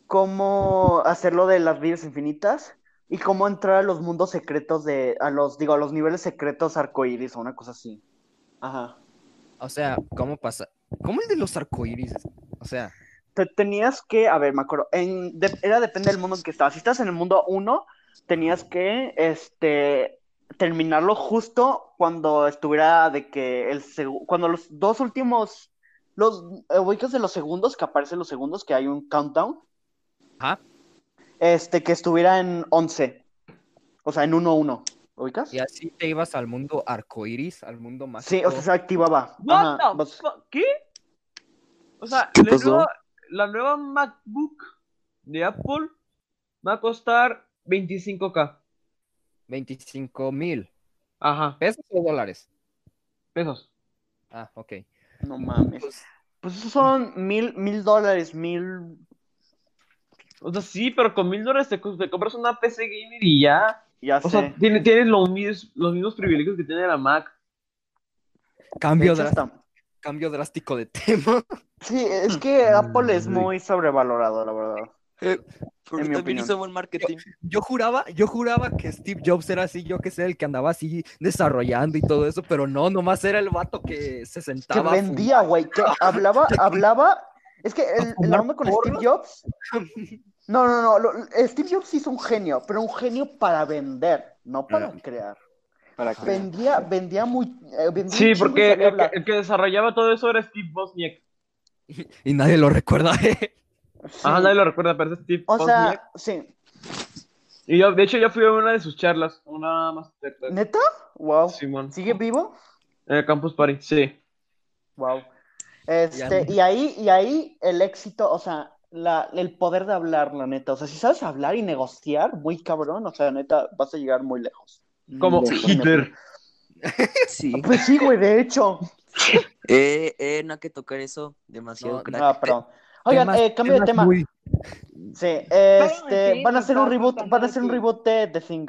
E: ¿Cómo hacerlo de las vidas infinitas? Y cómo entrar a los mundos secretos de, a los, digo, a los niveles secretos arcoíris o una cosa así. Ajá.
A: O sea, ¿cómo pasa? ¿Cómo el de los arcoíris? O sea,
E: Te tenías que, a ver, me acuerdo, en, de- era depende del mundo en que estabas. Si estás en el mundo 1, tenías que, este, terminarlo justo cuando estuviera de que el seg- cuando los dos últimos, los eh, ubicas de los segundos, que aparecen los segundos, que hay un countdown,
A: ajá.
E: este, que estuviera en 11, o sea, en 1-1, ¿ubicas?
A: Y así te ibas al mundo arcoíris, al mundo más.
E: Sí, o sea, se activaba.
C: What
E: Ajá,
C: the
E: vas-
C: fuck? ¿Qué? O sea,
D: ¿Qué
C: la,
D: pasó?
C: Nueva, la nueva MacBook de Apple va a costar 25k.
A: 25 mil
C: Ajá,
A: pesos o dólares.
C: pesos.
A: Ah, ok.
E: No mames.
A: Pues,
E: Pues esos son mil, mil dólares, mil...
C: O sea, sí, pero con mil dólares te, co- te compras una PC gamer y ya.
E: Ya
C: O
E: sé.
C: sea, tiene- tienes los, mis- los mismos privilegios que tiene la Mac.
E: De
A: cambio,
E: hecho,
A: drástico,
E: hasta-
A: cambio drástico de tema.
E: Sí, es que Apple es muy sobrevalorado, la verdad.
D: Pero
E: En mi
D: también
E: opinión.
D: hizo buen marketing.
A: Yo juraba, yo juraba que Steve Jobs era así, yo que sé, el que andaba así desarrollando y todo eso, pero no, nomás era el vato que se
E: Que
A: sentaba. a fumar.
E: vendía, güey, que hablaba, hablaba. Es que el, el
A: fumar
E: arma con Steve Jobs. No, no, no. lo- Steve Jobs hizo un genio, pero un genio para vender, no para crear.
D: Para que-
E: Vendía, vendía muy. eh, vendía
C: Sí,
E: un chingo y
C: porque el
E: sabía
C: que,
E: hablar.
C: el que desarrollaba todo eso era Steve Bosniak.
A: Y nadie lo recuerda. ¿eh?
E: Sí.
C: Ajá, nadie lo recuerda, pero es Steve
E: O
C: Wozniak.
E: sea, sí.
C: Y yo, de hecho, yo fui a una de sus charlas, una master
E: ¿Neta? Wow.
C: Simón.
E: ¿Sigue vivo?
C: En el Campus Party, sí.
E: Wow. Este, y ahí, y ahí el éxito, o sea, la, el poder de hablar, la neta. O sea, si sabes hablar y negociar, muy cabrón, o sea, neta, vas a llegar muy lejos.
C: Como
E: Muy lejos.
C: Hitler.
D: Sí.
E: Pues sí, güey, de hecho.
D: Eh, eh, no hay que tocar eso. Demasiado
A: No,
D: crack.
E: Ah, perdón. Oigan,
A: Temas-
E: eh, cambio de
A: temas
E: tema.
A: muy-
E: Sí, este,
B: sí,
E: van a hacer un
B: está
E: reboot,
B: tan
E: van a hacer un
B: útil.
E: reboot de The Thing.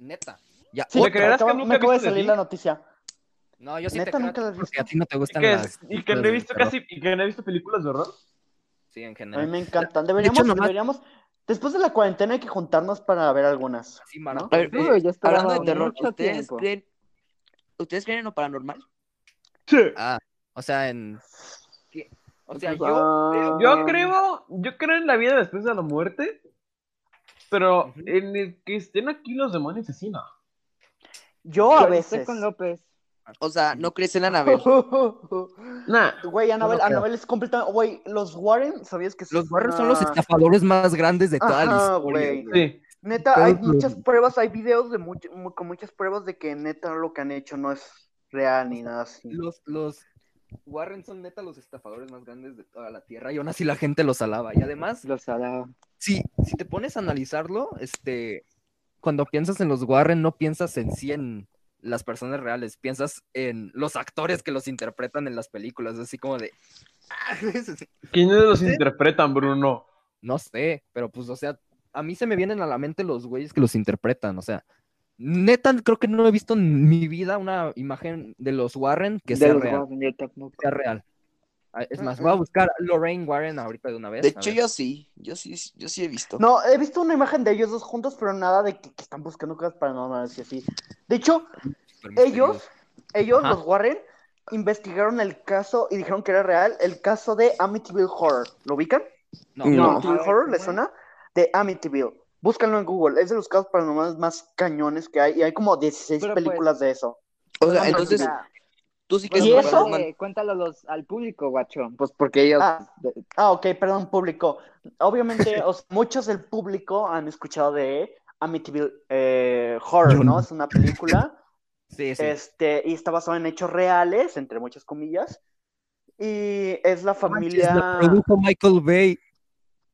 A: Neta. Ya,
E: Sí,
C: ¿Me
A: otra.
C: creerás que
E: acaba-
C: nunca
E: me acaba de
C: viste The
E: salir
C: Thing?
E: la noticia.
A: No, yo sí
E: Neta,
A: te creo
E: nunca las he
A: porque
E: visto.
A: a ti no te
C: Y
A: gustan
C: que,
A: las
C: y que no he
A: películas de
C: visto
A: terror.
C: casi, y que no he visto películas de horror.
A: Sí, en
E: A mí
A: general.
E: me encantan. Deberíamos,
A: nomás-
E: deberíamos, después de la cuarentena hay que juntarnos para ver algunas.
A: Sí, Mara.
D: A ver,
B: Uy, yo esperaba
D: Hablando de terror,
B: mucho
D: ¿ustedes
B: tiempo.
D: creen, ¿ustedes creen en lo paranormal?
C: Sí.
A: Ah, o sea, en. O sea, yo.
E: yo,
C: Yo creo, yo creo en la vida después de la muerte, pero
A: Ujú.
C: en el que estén aquí los demonios así, no.
E: Yo a
B: Yo
E: veces.
B: Estoy con López.
D: O sea, no crees en Anabel.
C: Nah.
E: Güey, Anabel,
A: creo.
E: Anabel es completamente. Güey, los Warren, ¿sabías que
A: Los
E: es
A: Warren son los
E: una-
A: estafadores más grandes de toda la
E: Ah. Ajá,
A: historia.
E: güey.
C: Sí.
E: Neta, hay
A: Todos los-
E: muchas pruebas, hay videos de much- mu- con muchas pruebas de que neta lo que han hecho no es real ni nada así.
A: Los, los Warren son neta los estafadores más grandes de toda la tierra y aún así la gente los alaba. Y además,
B: Los alaba.
A: si, si te pones a analizarlo, este, cuando piensas en los Warren, no piensas en 100 las personas reales, piensas en los actores que los interpretan en las películas, así como de. "Ah,
C: ¿Quiénes los interpretan, Bruno?
A: No sé, pero pues, o sea, a mí se me vienen a la mente los güeyes que los interpretan, o sea, neta, creo que no he visto en mi vida una imagen de los Warren que
B: De
A: sea
B: los
A: real.
B: Warren, yo tampoco.
A: sea real. Ah, Es más, voy a buscar Lorraine Warren ahorita de una vez.
D: De
A: a
D: hecho,
A: ver.
D: yo sí. Yo sí, yo sí he visto.
E: No, he visto una imagen de ellos dos juntos, pero nada de que, que están buscando cosas paranormales y así. De hecho,
A: Súper misterioso.
E: ellos, ellos,
A: Ajá.
E: los Warren, investigaron el caso y dijeron que era real, el caso de Amityville Horror. ¿Lo ubican?
A: No,
D: No.
E: Amityville
B: A ver,
E: Horror, ¿le
B: ¿cómo
E: suena? De Amityville. Búscanlo en Google, es de los casos paranormales más cañones que hay y hay como 16
B: Pero, pues,
E: películas de eso.
D: O sea,
E: no,
D: entonces,
E: no.
D: tú sí que
E: ¿Y
D: es
B: Pues,
E: eso?
D: paranormal.
B: eh, cuéntalo a los- al público, guacho. Pues porque ellos.
E: Ah. Ah, ok, perdón, público. Obviamente, o sea, muchos del público han escuchado de Amityville eh,
A: Yo
E: Horror,
A: no.
E: ¿no? Es una película.
A: Sí, sí.
E: Este, y está basado en hechos reales, entre muchas comillas. Y es
A: Manches,
E: la
A: la
E: familia.
A: produjo Michael Bay.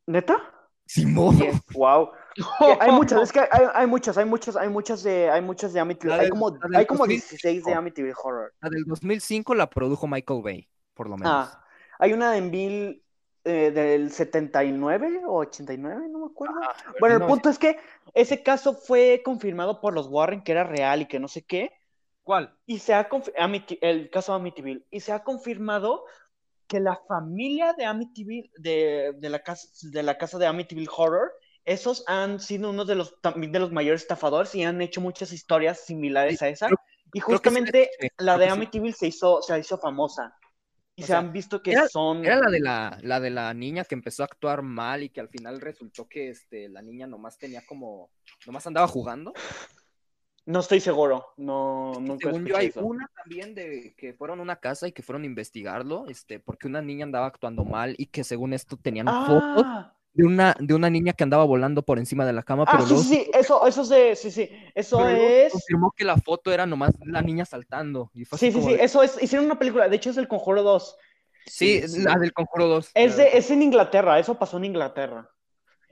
E: ¿Neta?
A: Simón.
E: Wow.
A: Oh,
E: Oh, Hay muchas, es que hay, hay muchas, hay muchas, hay muchas de, hay muchas de Amityville.
A: La
E: Hay
A: del-
E: como,
A: la del
E: hay como
A: 2005.
E: 16 de Amityville Horror.
A: La del 2005 la produjo Michael Bay, por lo menos.
E: Ah, hay una de mil, eh, del 79 o 89, no me acuerdo. Bueno, el
A: No,
E: punto es que ese caso fue confirmado por los Warren que era real y que no sé qué.
C: ¿Cuál?
E: Y se ha confi- Amity- el caso Amityville. Y se ha confirmado que la familia de Amityville, de, de la, casa, de la casa de Amityville Horror, esos han sido uno de los, también de los mayores estafadores y han hecho muchas historias similares a esa.
A: creo-
E: Y
A: creo que sí la
E: justamente
A: escuché,
E: la
A: creo que
E: de
A: Ah, pues sí.
E: Amityville se hizo, se hizo famosa. Y
A: O
E: se
A: sea,
E: han visto que
A: era-
E: son...
A: Era la de la, la de la niña que empezó a actuar mal y que al final resultó que este, la niña nomás tenía como. nomás andaba jugando.
E: No estoy seguro. No, nunca
A: Según yo
E: escuché
A: hay
E: eso.
A: una también de que fueron a una casa y que fueron a investigarlo, este, porque una niña andaba actuando mal y que según esto tenían fotos
E: Ah,
A: de una, de una niña que andaba volando por encima de la cama,
E: ah,
A: pero
E: sí,
A: luego
E: sí, sí, eso, eso es de- sí, sí, eso
A: pero luego
E: es...
A: confirmó que la foto era nomás la niña saltando. Y fue así
E: Sí, sí,
A: como
E: sí,
A: de-
E: eso es, hicieron una película, de hecho es El Conjuro 2.
A: sí, la del Conjuro 2.
E: Es,
A: la
E: de-
A: del-
E: es en Inglaterra, eso pasó en Inglaterra.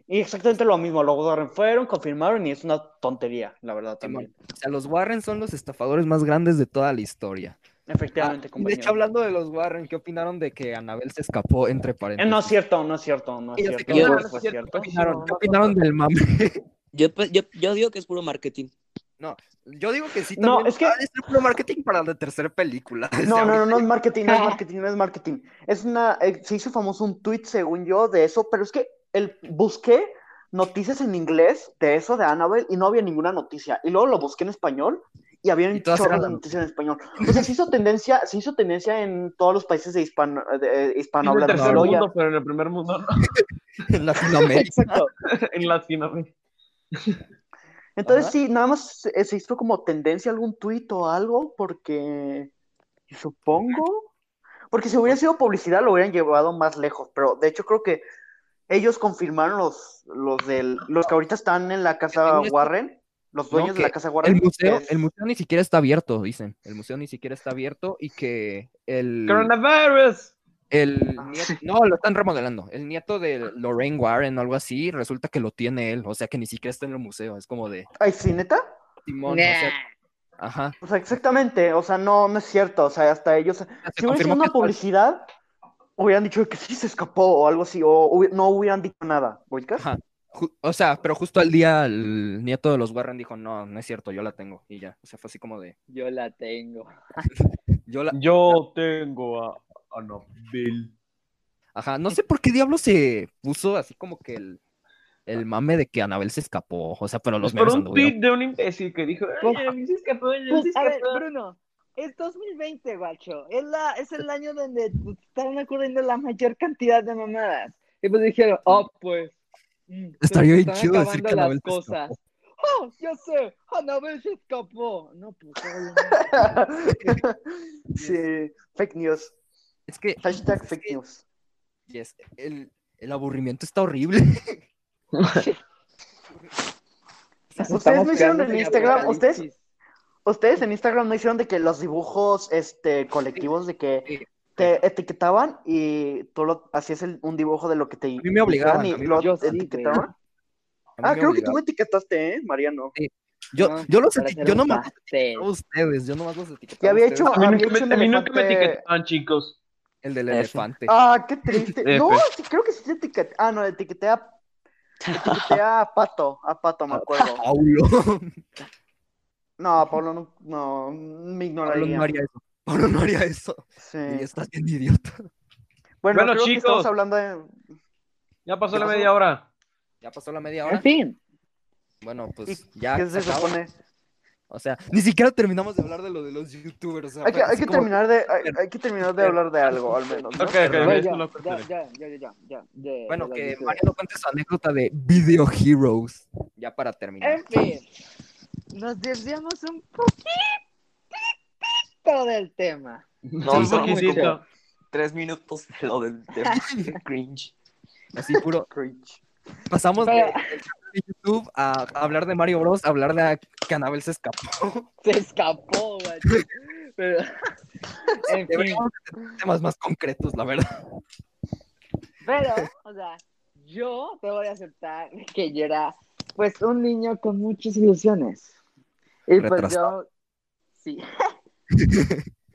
E: Y exactamente lo mismo, los Warren fueron, confirmaron y es una tontería, la verdad también.
A: O sea, los Warren son los estafadores más grandes de toda la historia.
E: Efectivamente,
A: Ah, y de hecho,
E: compañero.
A: hablando de los Warren, ¿qué opinaron de que Anabel se escapó entre
E: Eh,
A: paréntesis?
E: no es cierto, no es cierto, no es
A: Ella se
E: cierto.
D: quedó-
E: no
D: no
E: fue
C: es cierto.
A: ¿Qué opinaron, qué opinaron del mame?
D: Yo, pues, yo, yo digo que es puro marketing.
A: No, yo digo que sí.
E: No,
A: También.
E: es que-
A: Ah, es puro marketing para la tercera película.
E: No, no, no, no es marketing, no es marketing, no es marketing. Es una, eh, se hizo famoso un tweet, según yo, de eso, pero es que el, busqué noticias en inglés de eso, de Annabelle, y no había ninguna noticia. Y luego lo busqué en español y había un
A: Y todas
E: chorro
A: eran
E: de
A: la-
E: noticias en español. O sea, se hizo tendencia, se hizo tendencia en todos los países de, hispano, de, eh,
C: En el
E: hispanohablantes.
C: tercer
E: Luego ya-
C: mundo, pero en el primer mundo, no,
A: En Latinoamérica.
E: Exacto.
C: en Latinoamérica.
E: Entonces
A: Ajá.
E: sí, nada más se, se hizo como tendencia algún tuit o algo, porque supongo, porque si hubiera sido publicidad lo hubieran llevado más lejos, pero de hecho creo que ellos confirmaron los, los del, los que ahorita están en la casa
A: Tengo esto-
E: Warren, los dueños
A: No,
E: de la
A: que
E: casa Warren.
A: El museo,
E: es-
A: el museo ni siquiera está abierto, dicen. El museo ni siquiera está abierto y que el...
C: Mm. Coronavirus.
A: El nieto- no, lo están remodelando. El nieto de Lorraine Warren o algo así, resulta que lo tiene él. O sea, que ni siquiera está en el museo. Es como de
E: Ay, sí, neta.
A: Timón.
B: Nah.
A: o sea, ajá.
E: O sea, exactamente, o sea, no, no es cierto, o sea, hasta ellos,
A: Se
E: si hubiera sido
A: confirmó que
E: una
A: es falso.
E: publicidad, hubieran dicho que sí se escapó o algo así, o hubi- no hubieran dicho nada, ¿ubicas?
A: Ajá. Ju- O sea, pero justo al día el nieto de los Warren dijo, no, no es cierto, yo la tengo. Y ya. O sea, fue así como de,
B: Yo la tengo.
A: yo la...
C: Yo tengo a Annabelle.
A: Ajá, no sé por qué diablo se puso así como que el, el mame de que Anabel se escapó. O sea, pero los
C: Por
A: memes
C: un
A: anduvieron.
C: tweet de un imbécil que dijo,
B: Pues-
C: "Ay, a mí se escapó, a mí se
B: Pues, a ver,
C: escapó".
B: Bruno, es 2020, guacho. Es, la, es el año donde pues, estaban ocurriendo la mayor cantidad de mamadas. Y pues dijeron, oh, pues. mm, se
A: Estaría
B: nos
A: bien
B: están
A: chido decir
B: acabando
A: que
B: las
A: Anabel se
B: cosas.
A: escapó.
B: Oh, ya sé, Anabel se escapó. No, pues, obvio.
E: sí, fake news.
A: Es que,
E: Hashtag
A: es
E: fake
A: que-
E: news.
A: yes, el, el aburrimiento está horrible.
E: Ustedes no hicieron en
B: creando
E: Instagram,
B: apocalipsis.
E: ustedes, ustedes en Instagram no hicieron de que los dibujos este, colectivos de
A: Sí.
E: que te etiquetaban y tú lo hacías el- un dibujo de lo que te
A: mí me obligaban,
E: y
A: a mí-
E: lo
B: yo sí,
E: etiquetaban.
A: A mí
E: ah,
A: me
E: creo que
A: obligaba.
E: tú me etiquetaste, ¿eh, Mariano?
A: Yo,
B: No,
A: yo los
B: para
A: eti-
B: hacer
A: yo
B: un
A: no me
B: pastel.
A: a ustedes, yo nomás los etiquetaba.
E: Ya
A: a
E: había
A: ustedes.
E: hecho,
C: A mí
E: había
C: nunca
E: hecho
C: me,
E: un
C: a mí nunca me
E: elefante.
C: etiquetaban, chicos.
A: El del
B: F.
A: elefante.
E: Ah, qué triste.
C: F.
E: No, sí, creo que sí te etiqueté. Ah, no, etiqueté a, etiqueté a Pato, a Pato, me acuerdo.
A: Paulo.
E: No, a Pablo no, no, me
A: Pablo no
E: ignoraría.
A: haría eso. Pablo no haría eso.
E: Sí.
A: Y estás bien idiota.
E: Bueno,
C: Bueno,
E: creo que
C: chicos.
E: estamos hablando de...
C: Ya pasó
A: ¿Qué
C: la
A: pasó?
C: media hora.
A: Ya pasó la media
B: En
A: hora.
B: fin,
A: Bueno, pues
E: ¿Y
A: ya.
E: ¿Qué se
A: se acabó.
E: supone?
A: O sea, ni siquiera terminamos de hablar de lo de los youtubers. o sea,
E: Hay que,
A: fue
E: hay
A: así
E: que
A: como-
E: terminar de, hay, hay que terminar de hablar de algo, al menos. ¿no?
C: Ok, ok,
A: Pero
B: bueno,
C: esto lo
B: ya,
C: cortaré.
B: ya, ya, ya, ya, ya, ya,
A: Bueno,
B: ya,
A: que
B: ya, ya.
A: Mariano cuente su anécdota de Video Heroes. Ya para terminar.
B: En
E: Este.
B: fin, nos desviamos un poquito del tema.
D: No,
C: un
D: solo como
C: poquitito.
D: tres minutos de lo del de, de cringe.
A: Así puro.
E: Cringe.
A: Pasamos de,
B: Pero-
A: de YouTube a hablar de Mario Bros. a hablar de que Anabel se escapó.
B: Se escapó, guacho. Pero, en fin,
A: Deberíamos tener temas más concretos, la verdad.
B: pero, o sea, yo te voy a aceptar que yo era, pues, un niño con muchas ilusiones. Y pues yo,
A: Retrasado.
B: sí.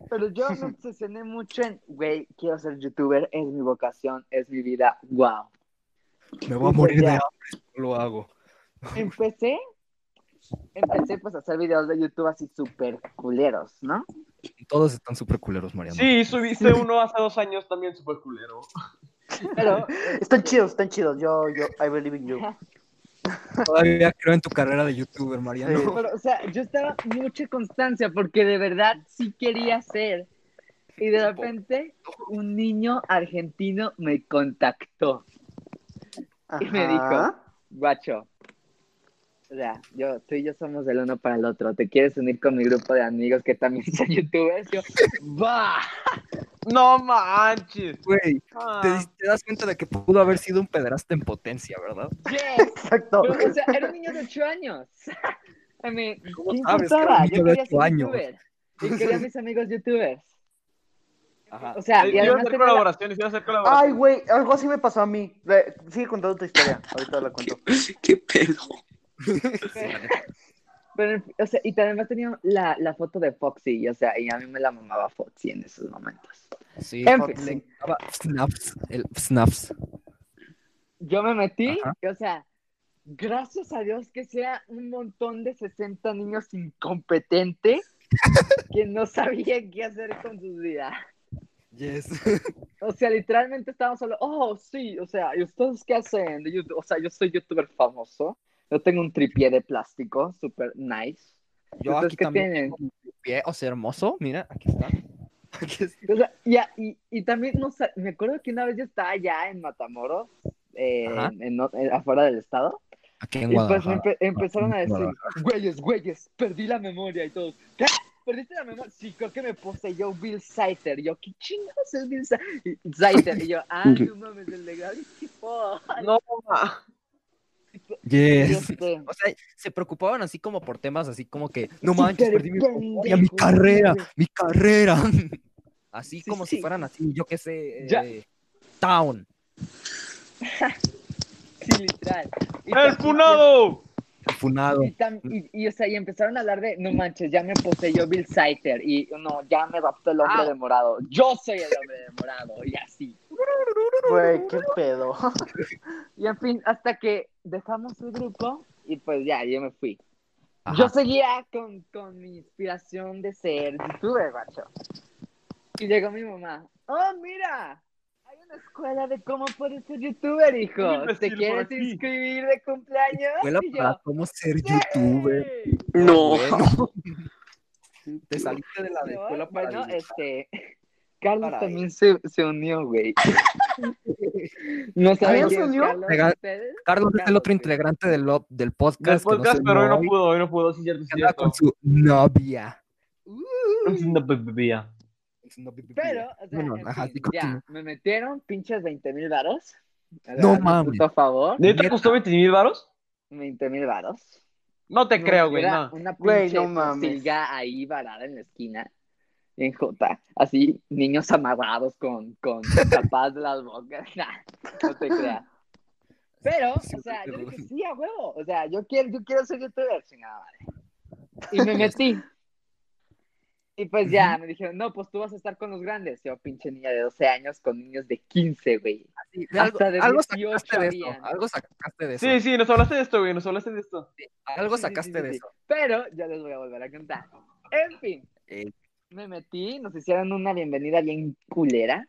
B: Pero yo me obsesioné mucho en, güey, quiero ser youtuber, es mi vocación, es mi vida, wow.
A: Me voy a
B: Pues
A: morir de
B: ya.
A: hambre si no lo hago.
B: empecé, empecé pues a hacer videos de YouTube así súper culeros, ¿no?
A: Todos están súper culeros, Mariano.
C: Sí, subiste uno hace dos años también, super culero.
B: Pero
E: Están chidos, están chidos. Yo, yo, I believe in you.
A: Todavía creo en tu carrera de youtuber, Mariano.
E: Sí.
B: Pero, o sea, yo estaba mucha constancia porque de verdad sí quería hacer. Y de repente un niño argentino me contactó, Y me dijo,
E: Ajá.
B: guacho. O sea, yo, tú y yo somos el uno para el otro. ¿Te quieres unir con mi grupo de amigos que también son youtubers? Yo, va.
C: No manches.
A: Güey,
C: Ah.
A: te, dis- te das cuenta de que pudo haber sido un pederasta en potencia, ¿verdad?
B: Yes.
E: Exacto.
B: Pero, o sea, era un niño de 8 años. I mean,
A: ¿Cómo
B: ¿qué
A: sabes que era
B: importaba?
A: un
B: Yo
A: niño de
B: quería
A: ocho
B: ser
A: años?
B: youtuber. Y quería a mis amigos youtubers.
A: Ajá.
B: O sea, y
C: Iban a
B: además
C: hacer
B: tenía la-
C: colaboraciones, iban a hacer colaboraciones.
E: Ay, güey, algo así me pasó a mí. Ve, Sigue contando tu historia. Ahorita la cuento.
D: ¿Qué pedo?
B: pero, o sea, y además tenía la, la foto de Foxy, y, o sea, y a mí me la mamaba Foxy en esos momentos.
A: Sí,
B: En
E: fin.
A: le encantaba Snaps, el Snaps.
B: Yo me metí,
A: Ajá.
B: y, o sea, gracias a Dios que sea un montón de 60 niños incompetentes que no sabían qué hacer con sus vidas.
A: Yes.
B: O sea, literalmente estábamos hablando, oh, sí, o sea, ¿y ustedes qué hacen? de YouTube? O sea, yo soy youtuber famoso, yo tengo un tripié de plástico, super nice.
A: Yo
B: Entonces,
A: aquí
B: ¿qué
A: también
B: tienen?
A: tengo mi pie, o sea, hermoso, mira, aquí está. Aquí está.
B: O sea, y, a- y- y también, no sé, me acuerdo que una vez yo estaba allá en Matamoros, eh,
A: Ajá.
B: en- en- en- afuera del estado,
A: Aquí en
B: Y pues
A: Guadalajara.
B: empe- empezaron a decir,
A: Guadalajara.
B: güeyes, güeyes, perdí la memoria y todos. ¿Qué? ¿Perdiste la memoria? Sí, creo que me poseyó Bill Saiter. Y yo, ¿qué chingados es Bill Sa- y- Saiter? Y yo, ah, no mames, el de Gravity Falls.
C: No, ma.
B: Yo
A: Yes.
B: sé.
A: O sea, se preocupaban así como por temas así como que, no manches,
B: Súper
A: perdí mi
B: pendejo,
A: memoria, mi carrera,
B: güey.
A: mi carrera. Así
B: Sí,
A: como
B: sí.
A: si fueran así, yo qué sé,
B: Ya.
A: eh, Town.
B: Sí, literal. Y
C: ¡El
B: también-
C: funado!
A: Funado.
B: Y, tam- y, y, o sea, y empezaron a hablar de, no manches, ya me poseyó Bill Saiter. Y no, ya me raptó el hombre
C: Ah.
B: de morado. Yo soy el hombre de morado. Y así.
E: Güey, qué pedo.
B: Y en fin, hasta que dejamos el grupo y pues ya, yo me fui.
A: Ajá.
B: Yo seguía con, con mi inspiración de ser youtuber, macho. Y llegó mi mamá. ¡Oh, mira! Hay una escuela de cómo puedes ser youtuber, hijo.
C: Hay un
B: ¿Te
C: perfil por
B: quieres
C: aquí.
B: inscribir de cumpleaños?
A: Escuela
B: Y yo,
A: para cómo ser
B: "Sí".
A: youtuber.
E: No.
A: Bueno. Te saliste de la de escuela
B: No,
A: para
B: bueno, este... Carlos
A: Para
B: también se, se unió, güey. ¿No saben
E: ¿También se
B: quién es
E: unió?
B: Carlos?
A: Pega-
B: ¿Ustedes?
A: Carlos es el otro
B: Carlos,
A: integrante del, lo- del
C: Del
A: podcast. que no
C: podcast,
A: sé,
C: pero hoy no
A: hoy,
C: pudo, hoy no pudo, sí, cierto, sí,
A: que anda
C: cierto.
A: con su novia.
C: No, be- be- bebía.
B: Pero, o sea,
A: Bueno,
B: en
A: ajá,
B: fin,
A: sí, continúa.
B: ya, me metieron pinches 20 mil varos. A
A: No
B: ver,
A: mames.
B: Por favor,
C: ¿Neta
A: Neta.
C: costó 20 mil varos?
B: 20 mil varos.
C: No te
B: No,
C: creo, güey,
B: era
C: no.
B: Una
E: Güey,
B: pinche
E: no mames.
B: pocilga ahí varada en la esquina, en J. Así, niños amarrados con, con tapas de las bocas. Nah, no te creas. Pero,
A: Sí,
B: o sea, yo
A: pero-
B: dije, sí, a huevo. O sea, yo quiero, yo quiero ser youtuber, chingada madre. Y me metí. Y pues ya, me dijeron, no, pues tú vas a estar con los grandes. Yo, pinche niña de 12 años con niños de 15, güey.
A: Sí,
B: Hasta
A: algo,
B: de
A: algo
B: 18
A: sacaste de
B: habían.
A: eso. Algo sacaste de eso.
C: Sí, sí, nos hablaste de esto, güey, nos hablaste de esto.
A: algo
B: Sí, sí, sí,
A: sacaste
B: sí,
A: de
B: sí.
A: eso.
B: Pero ya les voy a volver a contar. En fin,
A: Eh.
B: me metí, nos hicieron una bienvenida bien culera.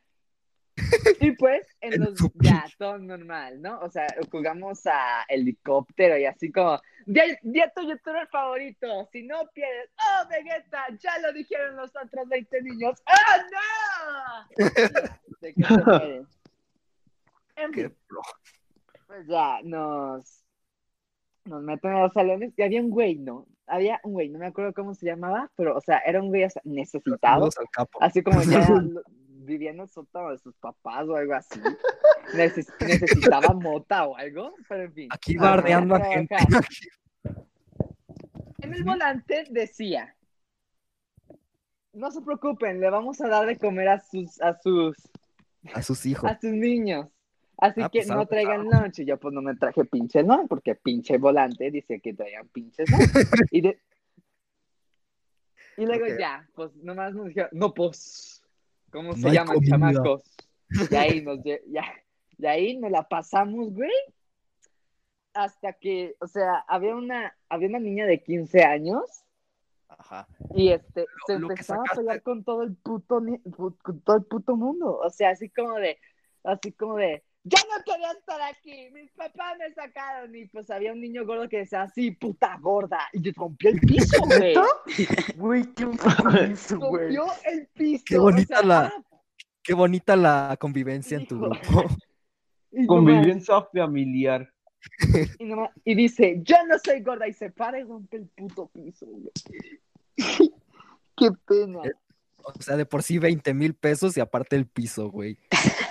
B: Y pues, en
A: En
B: los,
A: su
B: ya, todo normal, ¿no? O sea, jugamos a helicóptero y así como, ya, ya tu youtuber favorito, si no pierdes, ¡oh, Vegeta! Ya lo dijeron los otros 20 niños, ¡ah, no! De que se mueren. En
A: Qué
B: fin, pues ya, nos, nos meten a los salones y había un güey, ¿no? Había un güey, no me acuerdo cómo se llamaba, pero, o sea, era un güey o sea, necesitado,
A: Saludos al capo.
B: así como ya lo- vivía en el sótano de sus papás o algo así. Neces- necesitaba mota o algo, pero en fin.
A: Aquí
B: Ajá,
A: bardeando a
B: trabajar.
A: gente.
B: En el volante decía, no se preocupen, le vamos a dar de comer a sus, a sus,
A: A sus hijos.
B: a sus niños. Así
A: Ah,
B: que
A: pues,
B: no
A: ah,
B: traigan lunch. Y yo pues no me traje pinche lunch, porque pinche volante dice que traigan pinche lunch. y, de- y luego
A: Ok.
B: ya, pues nomás nos dijeron, no pues, ¿cómo
A: No
B: se
A: hay
B: llaman
A: comida.
B: chamacos? Y ahí nos lle- ya, y ahí nos la pasamos, güey. Hasta que, o sea, había una, había una niña de 15 años
A: Ajá.
B: y este, se
A: lo que
B: empezaba a
A: sacaste-
B: pelear con todo el puto ni- pu- con todo el puto mundo. O sea, así como de, así como de, ya no quería estar aquí, mis papás me sacaron. Y pues había un niño gordo que decía así, puta gorda. Y yo rompí el piso, güey.
E: Güey, qué un güey.
B: Rompió el piso.
A: Qué bonita
B: o sea,
A: la-
B: ah,
A: Qué bonita la convivencia en tu
B: Hijo.
A: grupo.
B: y nomás-
C: Convivencia familiar.
B: y, nomás- y dice, yo no soy gorda. Y se para y rompe el puto piso, güey. Qué pena.
A: O sea, de por sí 20 mil pesos y aparte el piso, güey.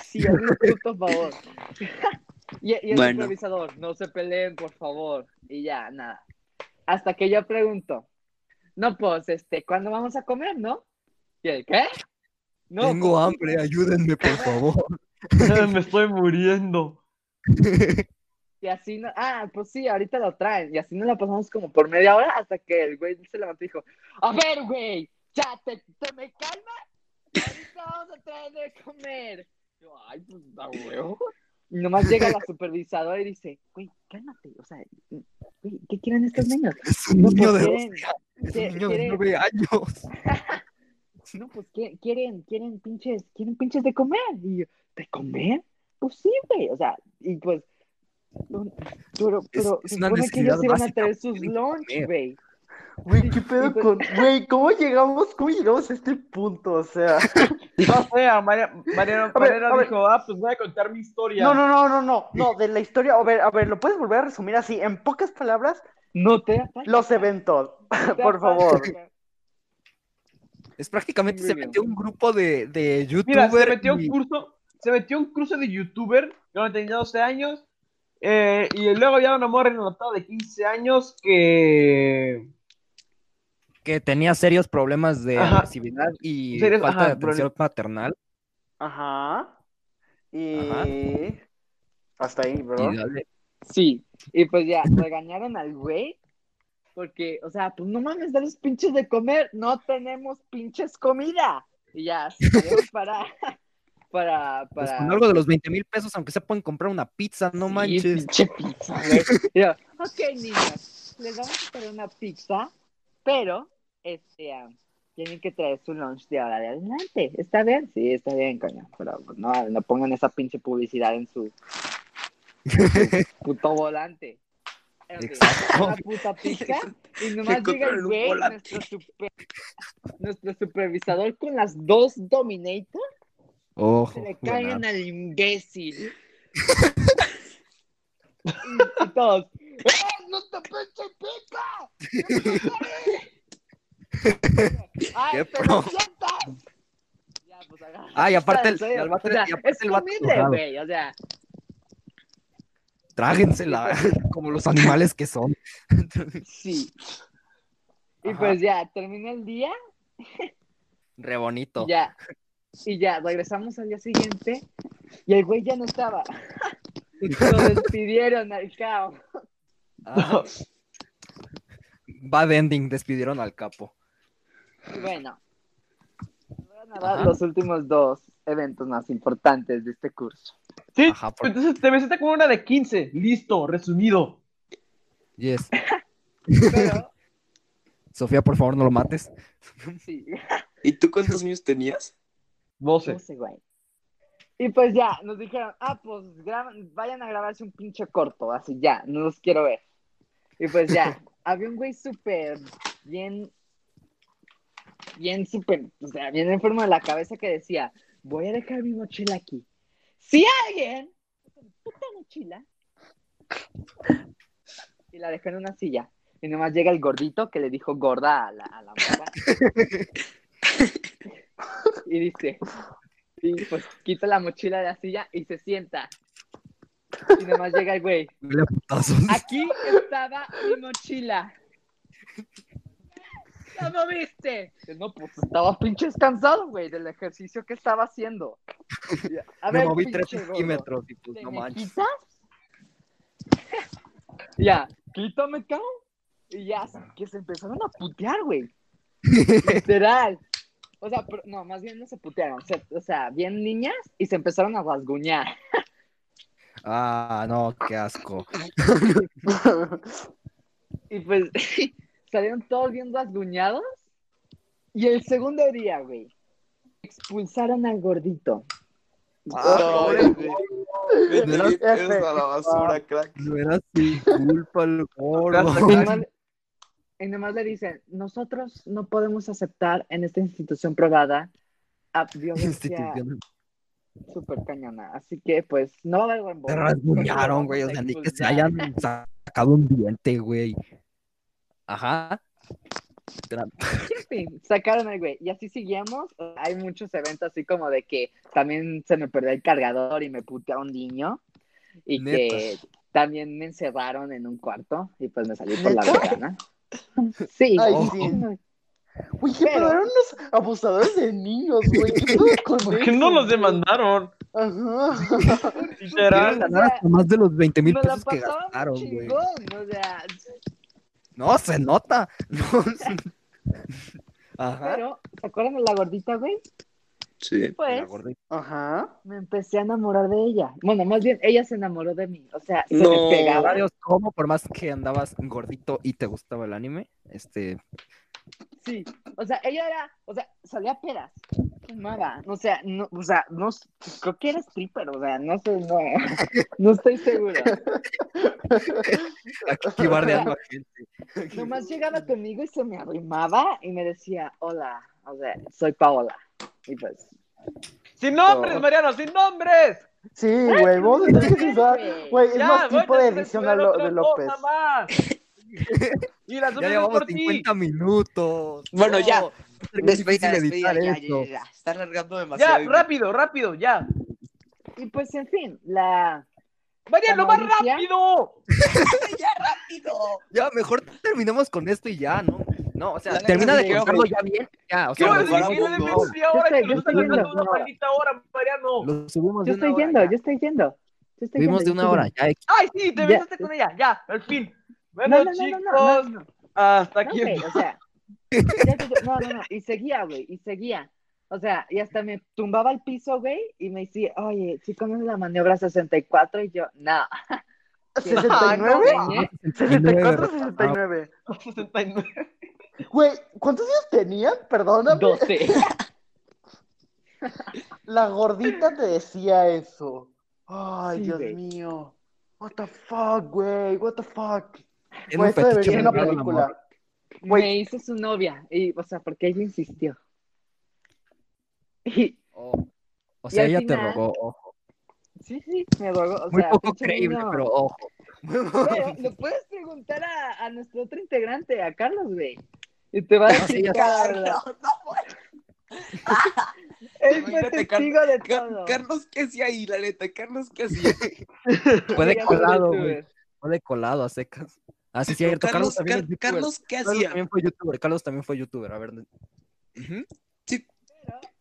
B: Sí, hazme un puto favor. Y, y el
D: Bueno.
B: supervisor, no se peleen, por favor. Y ya, nada. Hasta que yo pregunto, no, pues, este, ¿cuándo vamos a comer, no? ¿Y el qué? No, pues,
A: Tengo hambre, ayúdenme, por favor.
C: Me estoy muriendo.
B: Y así, no, ah, pues sí, ahorita lo traen. Y así nos la pasamos como por media hora hasta que el güey se levantó y dijo, a ver, güey, ya, ¿te, te me calma? Ahorita vamos a traer de comer. Yo, ay, pues, da huevo. Y nomás llega la supervisadora y dice, güey, cálmate, o sea, güey, ¿qué quieren estos niños?
A: Es un
B: No,
A: niño
B: pues,
A: de
B: quieren-
A: dos- es
B: quiere-
A: un niño de
B: quiere-
A: nueve años.
B: No, pues ¿qué- quieren, quieren pinches, quieren pinches de comer. Y yo, ¿de comer? Pues sí, güey. O sea, y pues, no, pero, pero
A: es
B: se
A: una
B: supone que ellos
A: necesidad
B: iban a
A: básica,
B: traer sus
A: quieren
B: lunch,
A: comer.
B: güey.
E: Güey, ¿qué pedo
B: pues-
E: con. Güey, ¿cómo llegamos, ¿cómo llegamos a este punto? O sea.
C: No sé, a María, Mariano
E: A ver,
C: Mariano
E: a ver.
C: dijo, ah, pues voy a contar mi historia.
E: No, no, no, no, no. No, de la historia. A ver, a ver, ¿lo puedes volver a resumir así? En pocas palabras,
B: No te apagues,
E: los eventos.
B: no te
E: por favor.
B: apagues, güey.
A: Es prácticamente
B: Muy
A: se
B: bien.
A: metió un grupo de, de
C: Mira,
A: youtubers.
C: se metió un
A: y-
C: curso, se metió un curso de youtuber cuando tenía 12 años. eh, y luego había una morra enlatada de 15 años que.
A: que tenía serios problemas de
C: Ajá.
A: agresividad y
C: Serios-
A: falta
C: ajá,
A: de atención paternal.
E: Ajá. Y. Hasta ahí, bro.
A: Y dale,
B: Sí, y pues ya, regañaron al güey. Porque, o sea, pues no mames, dales pinches de comer. No tenemos pinches comida. Y ya, salieron para, para,
A: pues,
B: para.
A: con algo de los 20 mil pesos, aunque se pueden comprar una pizza, no
B: Sí,
A: manches.
B: pinche pizza, güey. Yo, ok, niños, les vamos a traer una pizza, pero este, ah, tienen que traer su lunch de ahora de adelante. ¿Está bien? Sí, está bien, coño. Pero pues, no, no pongan esa pinche publicidad en su, en su puto volante. En fin,
A: Exacto.
B: Una puta pizza y nomás llega el
D: Encontraron un
B: güey,
D: volante.
B: nuestro, super- nuestro supervisor con las dos Dominator, se
A: Ojo.
B: le
A: buena.
B: caen al imbécil. Y todos, ¡Eh, ¡No te pinche pica! ¡Ay,
A: Qué
B: te
A: pro.
B: lo sientas! Ya, pues agarra.
A: Ah, y aparte el-
B: O sea,
A: y al vato-
B: o sea,
A: y aparte
B: es
A: el vato
B: comible,
A: drogado.
B: güey, o sea.
A: Tráguensela, como los animales que son.
B: Sí. Y
A: Ajá.
B: pues ya, termina el día,
A: Re bonito.
B: ya. Y ya, regresamos al día siguiente y el güey ya no estaba. Lo despidieron al cabo.
A: Ah. Bad ending, despidieron al capo.
B: Y Bueno. Van a dar
A: Ajá.
B: los últimos dos eventos más importantes de este curso.
C: Sí,
A: Ajá,
B: Pues,
A: por-
C: entonces te besaste con una de 15. Listo, resumido.
A: Yes.
B: Pero,
A: Sofía, por favor, no lo mates.
B: sí,
D: ¿Y tú cuántos años tenías?
C: 12.
B: no sé, güey. Y pues ya, nos dijeron, ah, pues graban- vayan a grabarse un pinche corto, así ya, no los quiero ver. Y pues ya, había un güey súper bien, bien súper, o sea, bien enfermo de la cabeza que decía, voy a dejar mi mochila aquí. Si alguien, con puta mochila, y la dejó en una silla. Y nomás llega el gordito que le dijo gorda a la, a la morra. y dice, y pues quita la mochila de la silla y se sienta. Y nomás llega el güey.
A: Huele a putazos.
B: Aquí estaba mi mochila. ¿La moviste? No, pues estaba pinches cansado, güey, del ejercicio que estaba haciendo. A
A: Me
B: ver,
A: moví 3
B: pinche gordo,
A: centímetros y pues
B: ¿te
A: no
B: me
A: manches.
B: quitas? ya, quítame, cabrón. Y ya, que se empezaron a putear, güey. Literal. O sea, pero- no, más bien no se putearon. se- o sea, bien niñas y se empezaron a rasguñar.
A: Ah, no, qué asco.
B: Y pues salieron todos bien rasguñados. Y el segundo día, güey, expulsaron al gordito.
A: Ah,
D: Ay,
A: pobre-
D: güey.
E: güey.
D: Me tiraste
E: F.
D: a la basura, crack.
A: no era sin culpa el
C: Gracias,
B: Y
A: gordo.
C: gracias.
B: nomás, y nomás le dicen, nosotros no podemos aceptar en esta institución probada a violencia
A: Institución.
B: súper cañona. Así que, pues, no va a haber buen
A: Te rasguñaron, güey. O sea, ni que se hayan sacado un diente, güey. Ajá.
B: Sí, sacaron al güey. Y así seguíamos. Hay muchos eventos así como de que también se me perdió el cargador y me puteó un niño. Y
A: Neta.
B: que también me encerraron en un cuarto y pues me salí por la ventana. Sí.
E: Ay,
C: Oh.
A: Ojo.
E: sí. Güey, ¿qué
B: Pero-
E: pedo? Eran unos abusadores de niños, güey. ¿Qué pedo con
C: ¿Por qué no
E: eso,
C: los
E: güey?
C: demandaron?
E: Ajá.
A: Quieren
C: Literal.
A: ganar hasta más de los 20 mil
B: Nos la
A: pesos que
B: pasaron
A: gastaron, güey.
B: chingón. O sea,
A: No, se nota. No. Ajá.
B: pero, ¿se acuerdan de la gordita, güey?
F: Sí.
B: Pues
F: La gordita.
E: Ajá.
B: me empecé a enamorar de ella. Bueno, más bien, ella se enamoró de mí. O sea, se
F: No.
B: me pegaba.
A: Adiós, ¿cómo? Por más que andabas gordito y te gustaba el anime, este,
B: Sí. O sea, ella era, o sea, salía peras. Fumaba. O sea, no, o sea, no, s- creo que era stripper, o sea, no sé, no, no estoy segura.
A: aquí bardeando a gente.
B: Nomás llegaba conmigo y se me arrimaba y me decía, hola, o sea, soy Paola. Y pues,
C: ¡Sin nombres,
E: No.
C: Mariano! ¡Sin nombres!
E: Sí, güey, vos tenés que pensar. Güey, es
C: Ya,
E: más
C: voy
E: tipo de
C: a
E: edición a
C: censurar
E: lo- de
C: otra
E: López.
C: cosa más. Y la
A: Ya
C: subimos
A: llevamos
C: por ti.
A: 50 minutos.
D: Bueno,
A: No,
D: ya.
A: va a ser muy
D: Despedida,
A: difícil
D: despedida,
A: editar
D: ya, ya,
A: esto.
D: ya, ya. Está alargando
C: Ya,
D: demasiado.
C: rápido, rápido, ya.
B: y pues, en fin, la...
C: Mariano, más
B: Mauricia.
C: rápido.
D: ya, rápido.
A: Ya, mejor terminemos con esto y ya, ¿no? No, o sea,
D: La neta
A: termina
D: sí
A: de
D: quiero-
A: contarlo ya bien. Ya, o
C: ¿Qué
A: sea,
D: Quiero
A: lo
C: vas
D: jugar
C: a
D: a
A: subimos,
C: decir de
D: Bungo.
C: media
B: Yo estoy- yo
C: hora que lo
B: estoy
C: están hablando
B: viendo,
C: una
B: no.
C: maldita hora, Mariano?
A: lo subimos
B: Yo
A: de una
B: estoy
A: hora,
B: yendo,
A: ya.
B: yo estoy yendo. Yo estoy
A: Subimos de
B: yendo, yo
A: una
B: estoy
A: hora,
B: yendo.
A: ya. X.
C: ¡Ay, sí! Te
B: Ya.
C: besaste con ella. Ya, al fin. Bueno,
B: No, no, no, no,
C: chicos,
B: no, no, no.
C: hasta
B: No,
C: aquí.
B: güey, o sea, ya te digo, no, no, no, y seguía, güey, y seguía. O sea, y hasta me tumbaba al piso, güey, y me decía, oye, si conoces la maniobra 64, y yo, no.
E: ¿69?
B: ¿Eh?
E: 64, 69.
C: 69.
E: Güey, ¿cuántos años tenían? Perdóname.
B: 12.
E: La gordita te decía eso. Ay,
B: Sí,
E: Dios
B: güey.
E: mío. What the fuck, güey. What the fuck.
A: Tiene
E: Güey,
A: un
E: esto debería
A: fetiche
E: ser una
A: raro, el amor.
E: película. Güey.
B: Me hizo su novia, y, o sea, porque ella insistió. Y,
A: O- O
B: Y
A: sea,
B: al
A: ella te
B: final-
A: rogó, ojo.
B: sí, sí, me rogó, o
A: Muy
B: sea,
A: poco
B: pinche
A: creíble,
B: niño.
A: pero ojo.
B: Güey, lo puedes preguntar a, a nuestro otro integrante, a Carlos, güey. Y te va a
A: No, sí,
B: decir,
A: ya-
B: Carlos,
D: Carlos, no, bueno.
B: él fue
D: Imagínate,
B: testigo de
D: Car-
B: todo.
D: Carlos, ¿qué hacía ahí? La neta, Carlos, ¿qué hacía?
A: Fue de
B: Llega a ser
A: colado,
B: youtuber.
A: güey. Fue de colado a secas. Ah, sí, cierto. Carlos,
D: Carlos,
A: también
D: Car-
A: es youtuber.
D: Carlos, ¿qué
A: Carlos
D: hacía?
A: también fue youtuber. Carlos también fue youtuber. A ver,
D: Ujú.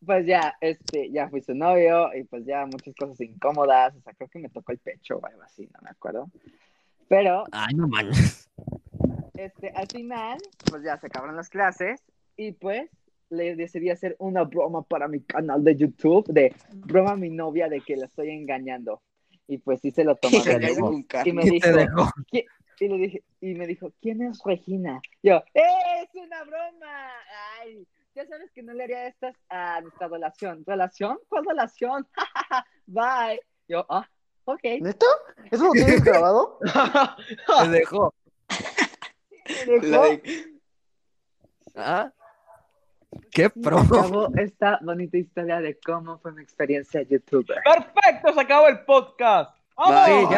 B: Pues ya, este, ya fui su novio y pues ya muchas cosas incómodas, o sea, creo que me tocó el pecho o algo así, no me acuerdo. Pero,
A: ay, no manches.
B: este, al final, pues ya se acabaron las clases y pues le decidí hacer una broma para mi canal de YouTube de broma a mi novia de que la estoy engañando. Y pues sí se lo tomó
A: Te
B: de
D: Engañado
A: dejó.
B: lejos.
D: con Carlos.
B: Y me
A: Y te
B: dijo,
A: dejó.
B: y le dije, y me dijo, ¿quién es Regina? Yo, ¡es una broma! Ay, ya sabes que no le haría estas a nuestra relación. ¿Relación? ¿Cuál relación? Bye. Yo, ah, ok.
E: ¿Neta? ¿Eso lo tienes grabado?
A: Te dejó.
B: Me dejó,
D: La de-
A: ¿Ah? ¿Qué
B: y
A: pro?
B: acabó esta bonita historia de cómo fue mi experiencia youtuber.
C: Perfecto, se acabó el podcast. ¡Vamos!
A: Sí, ya.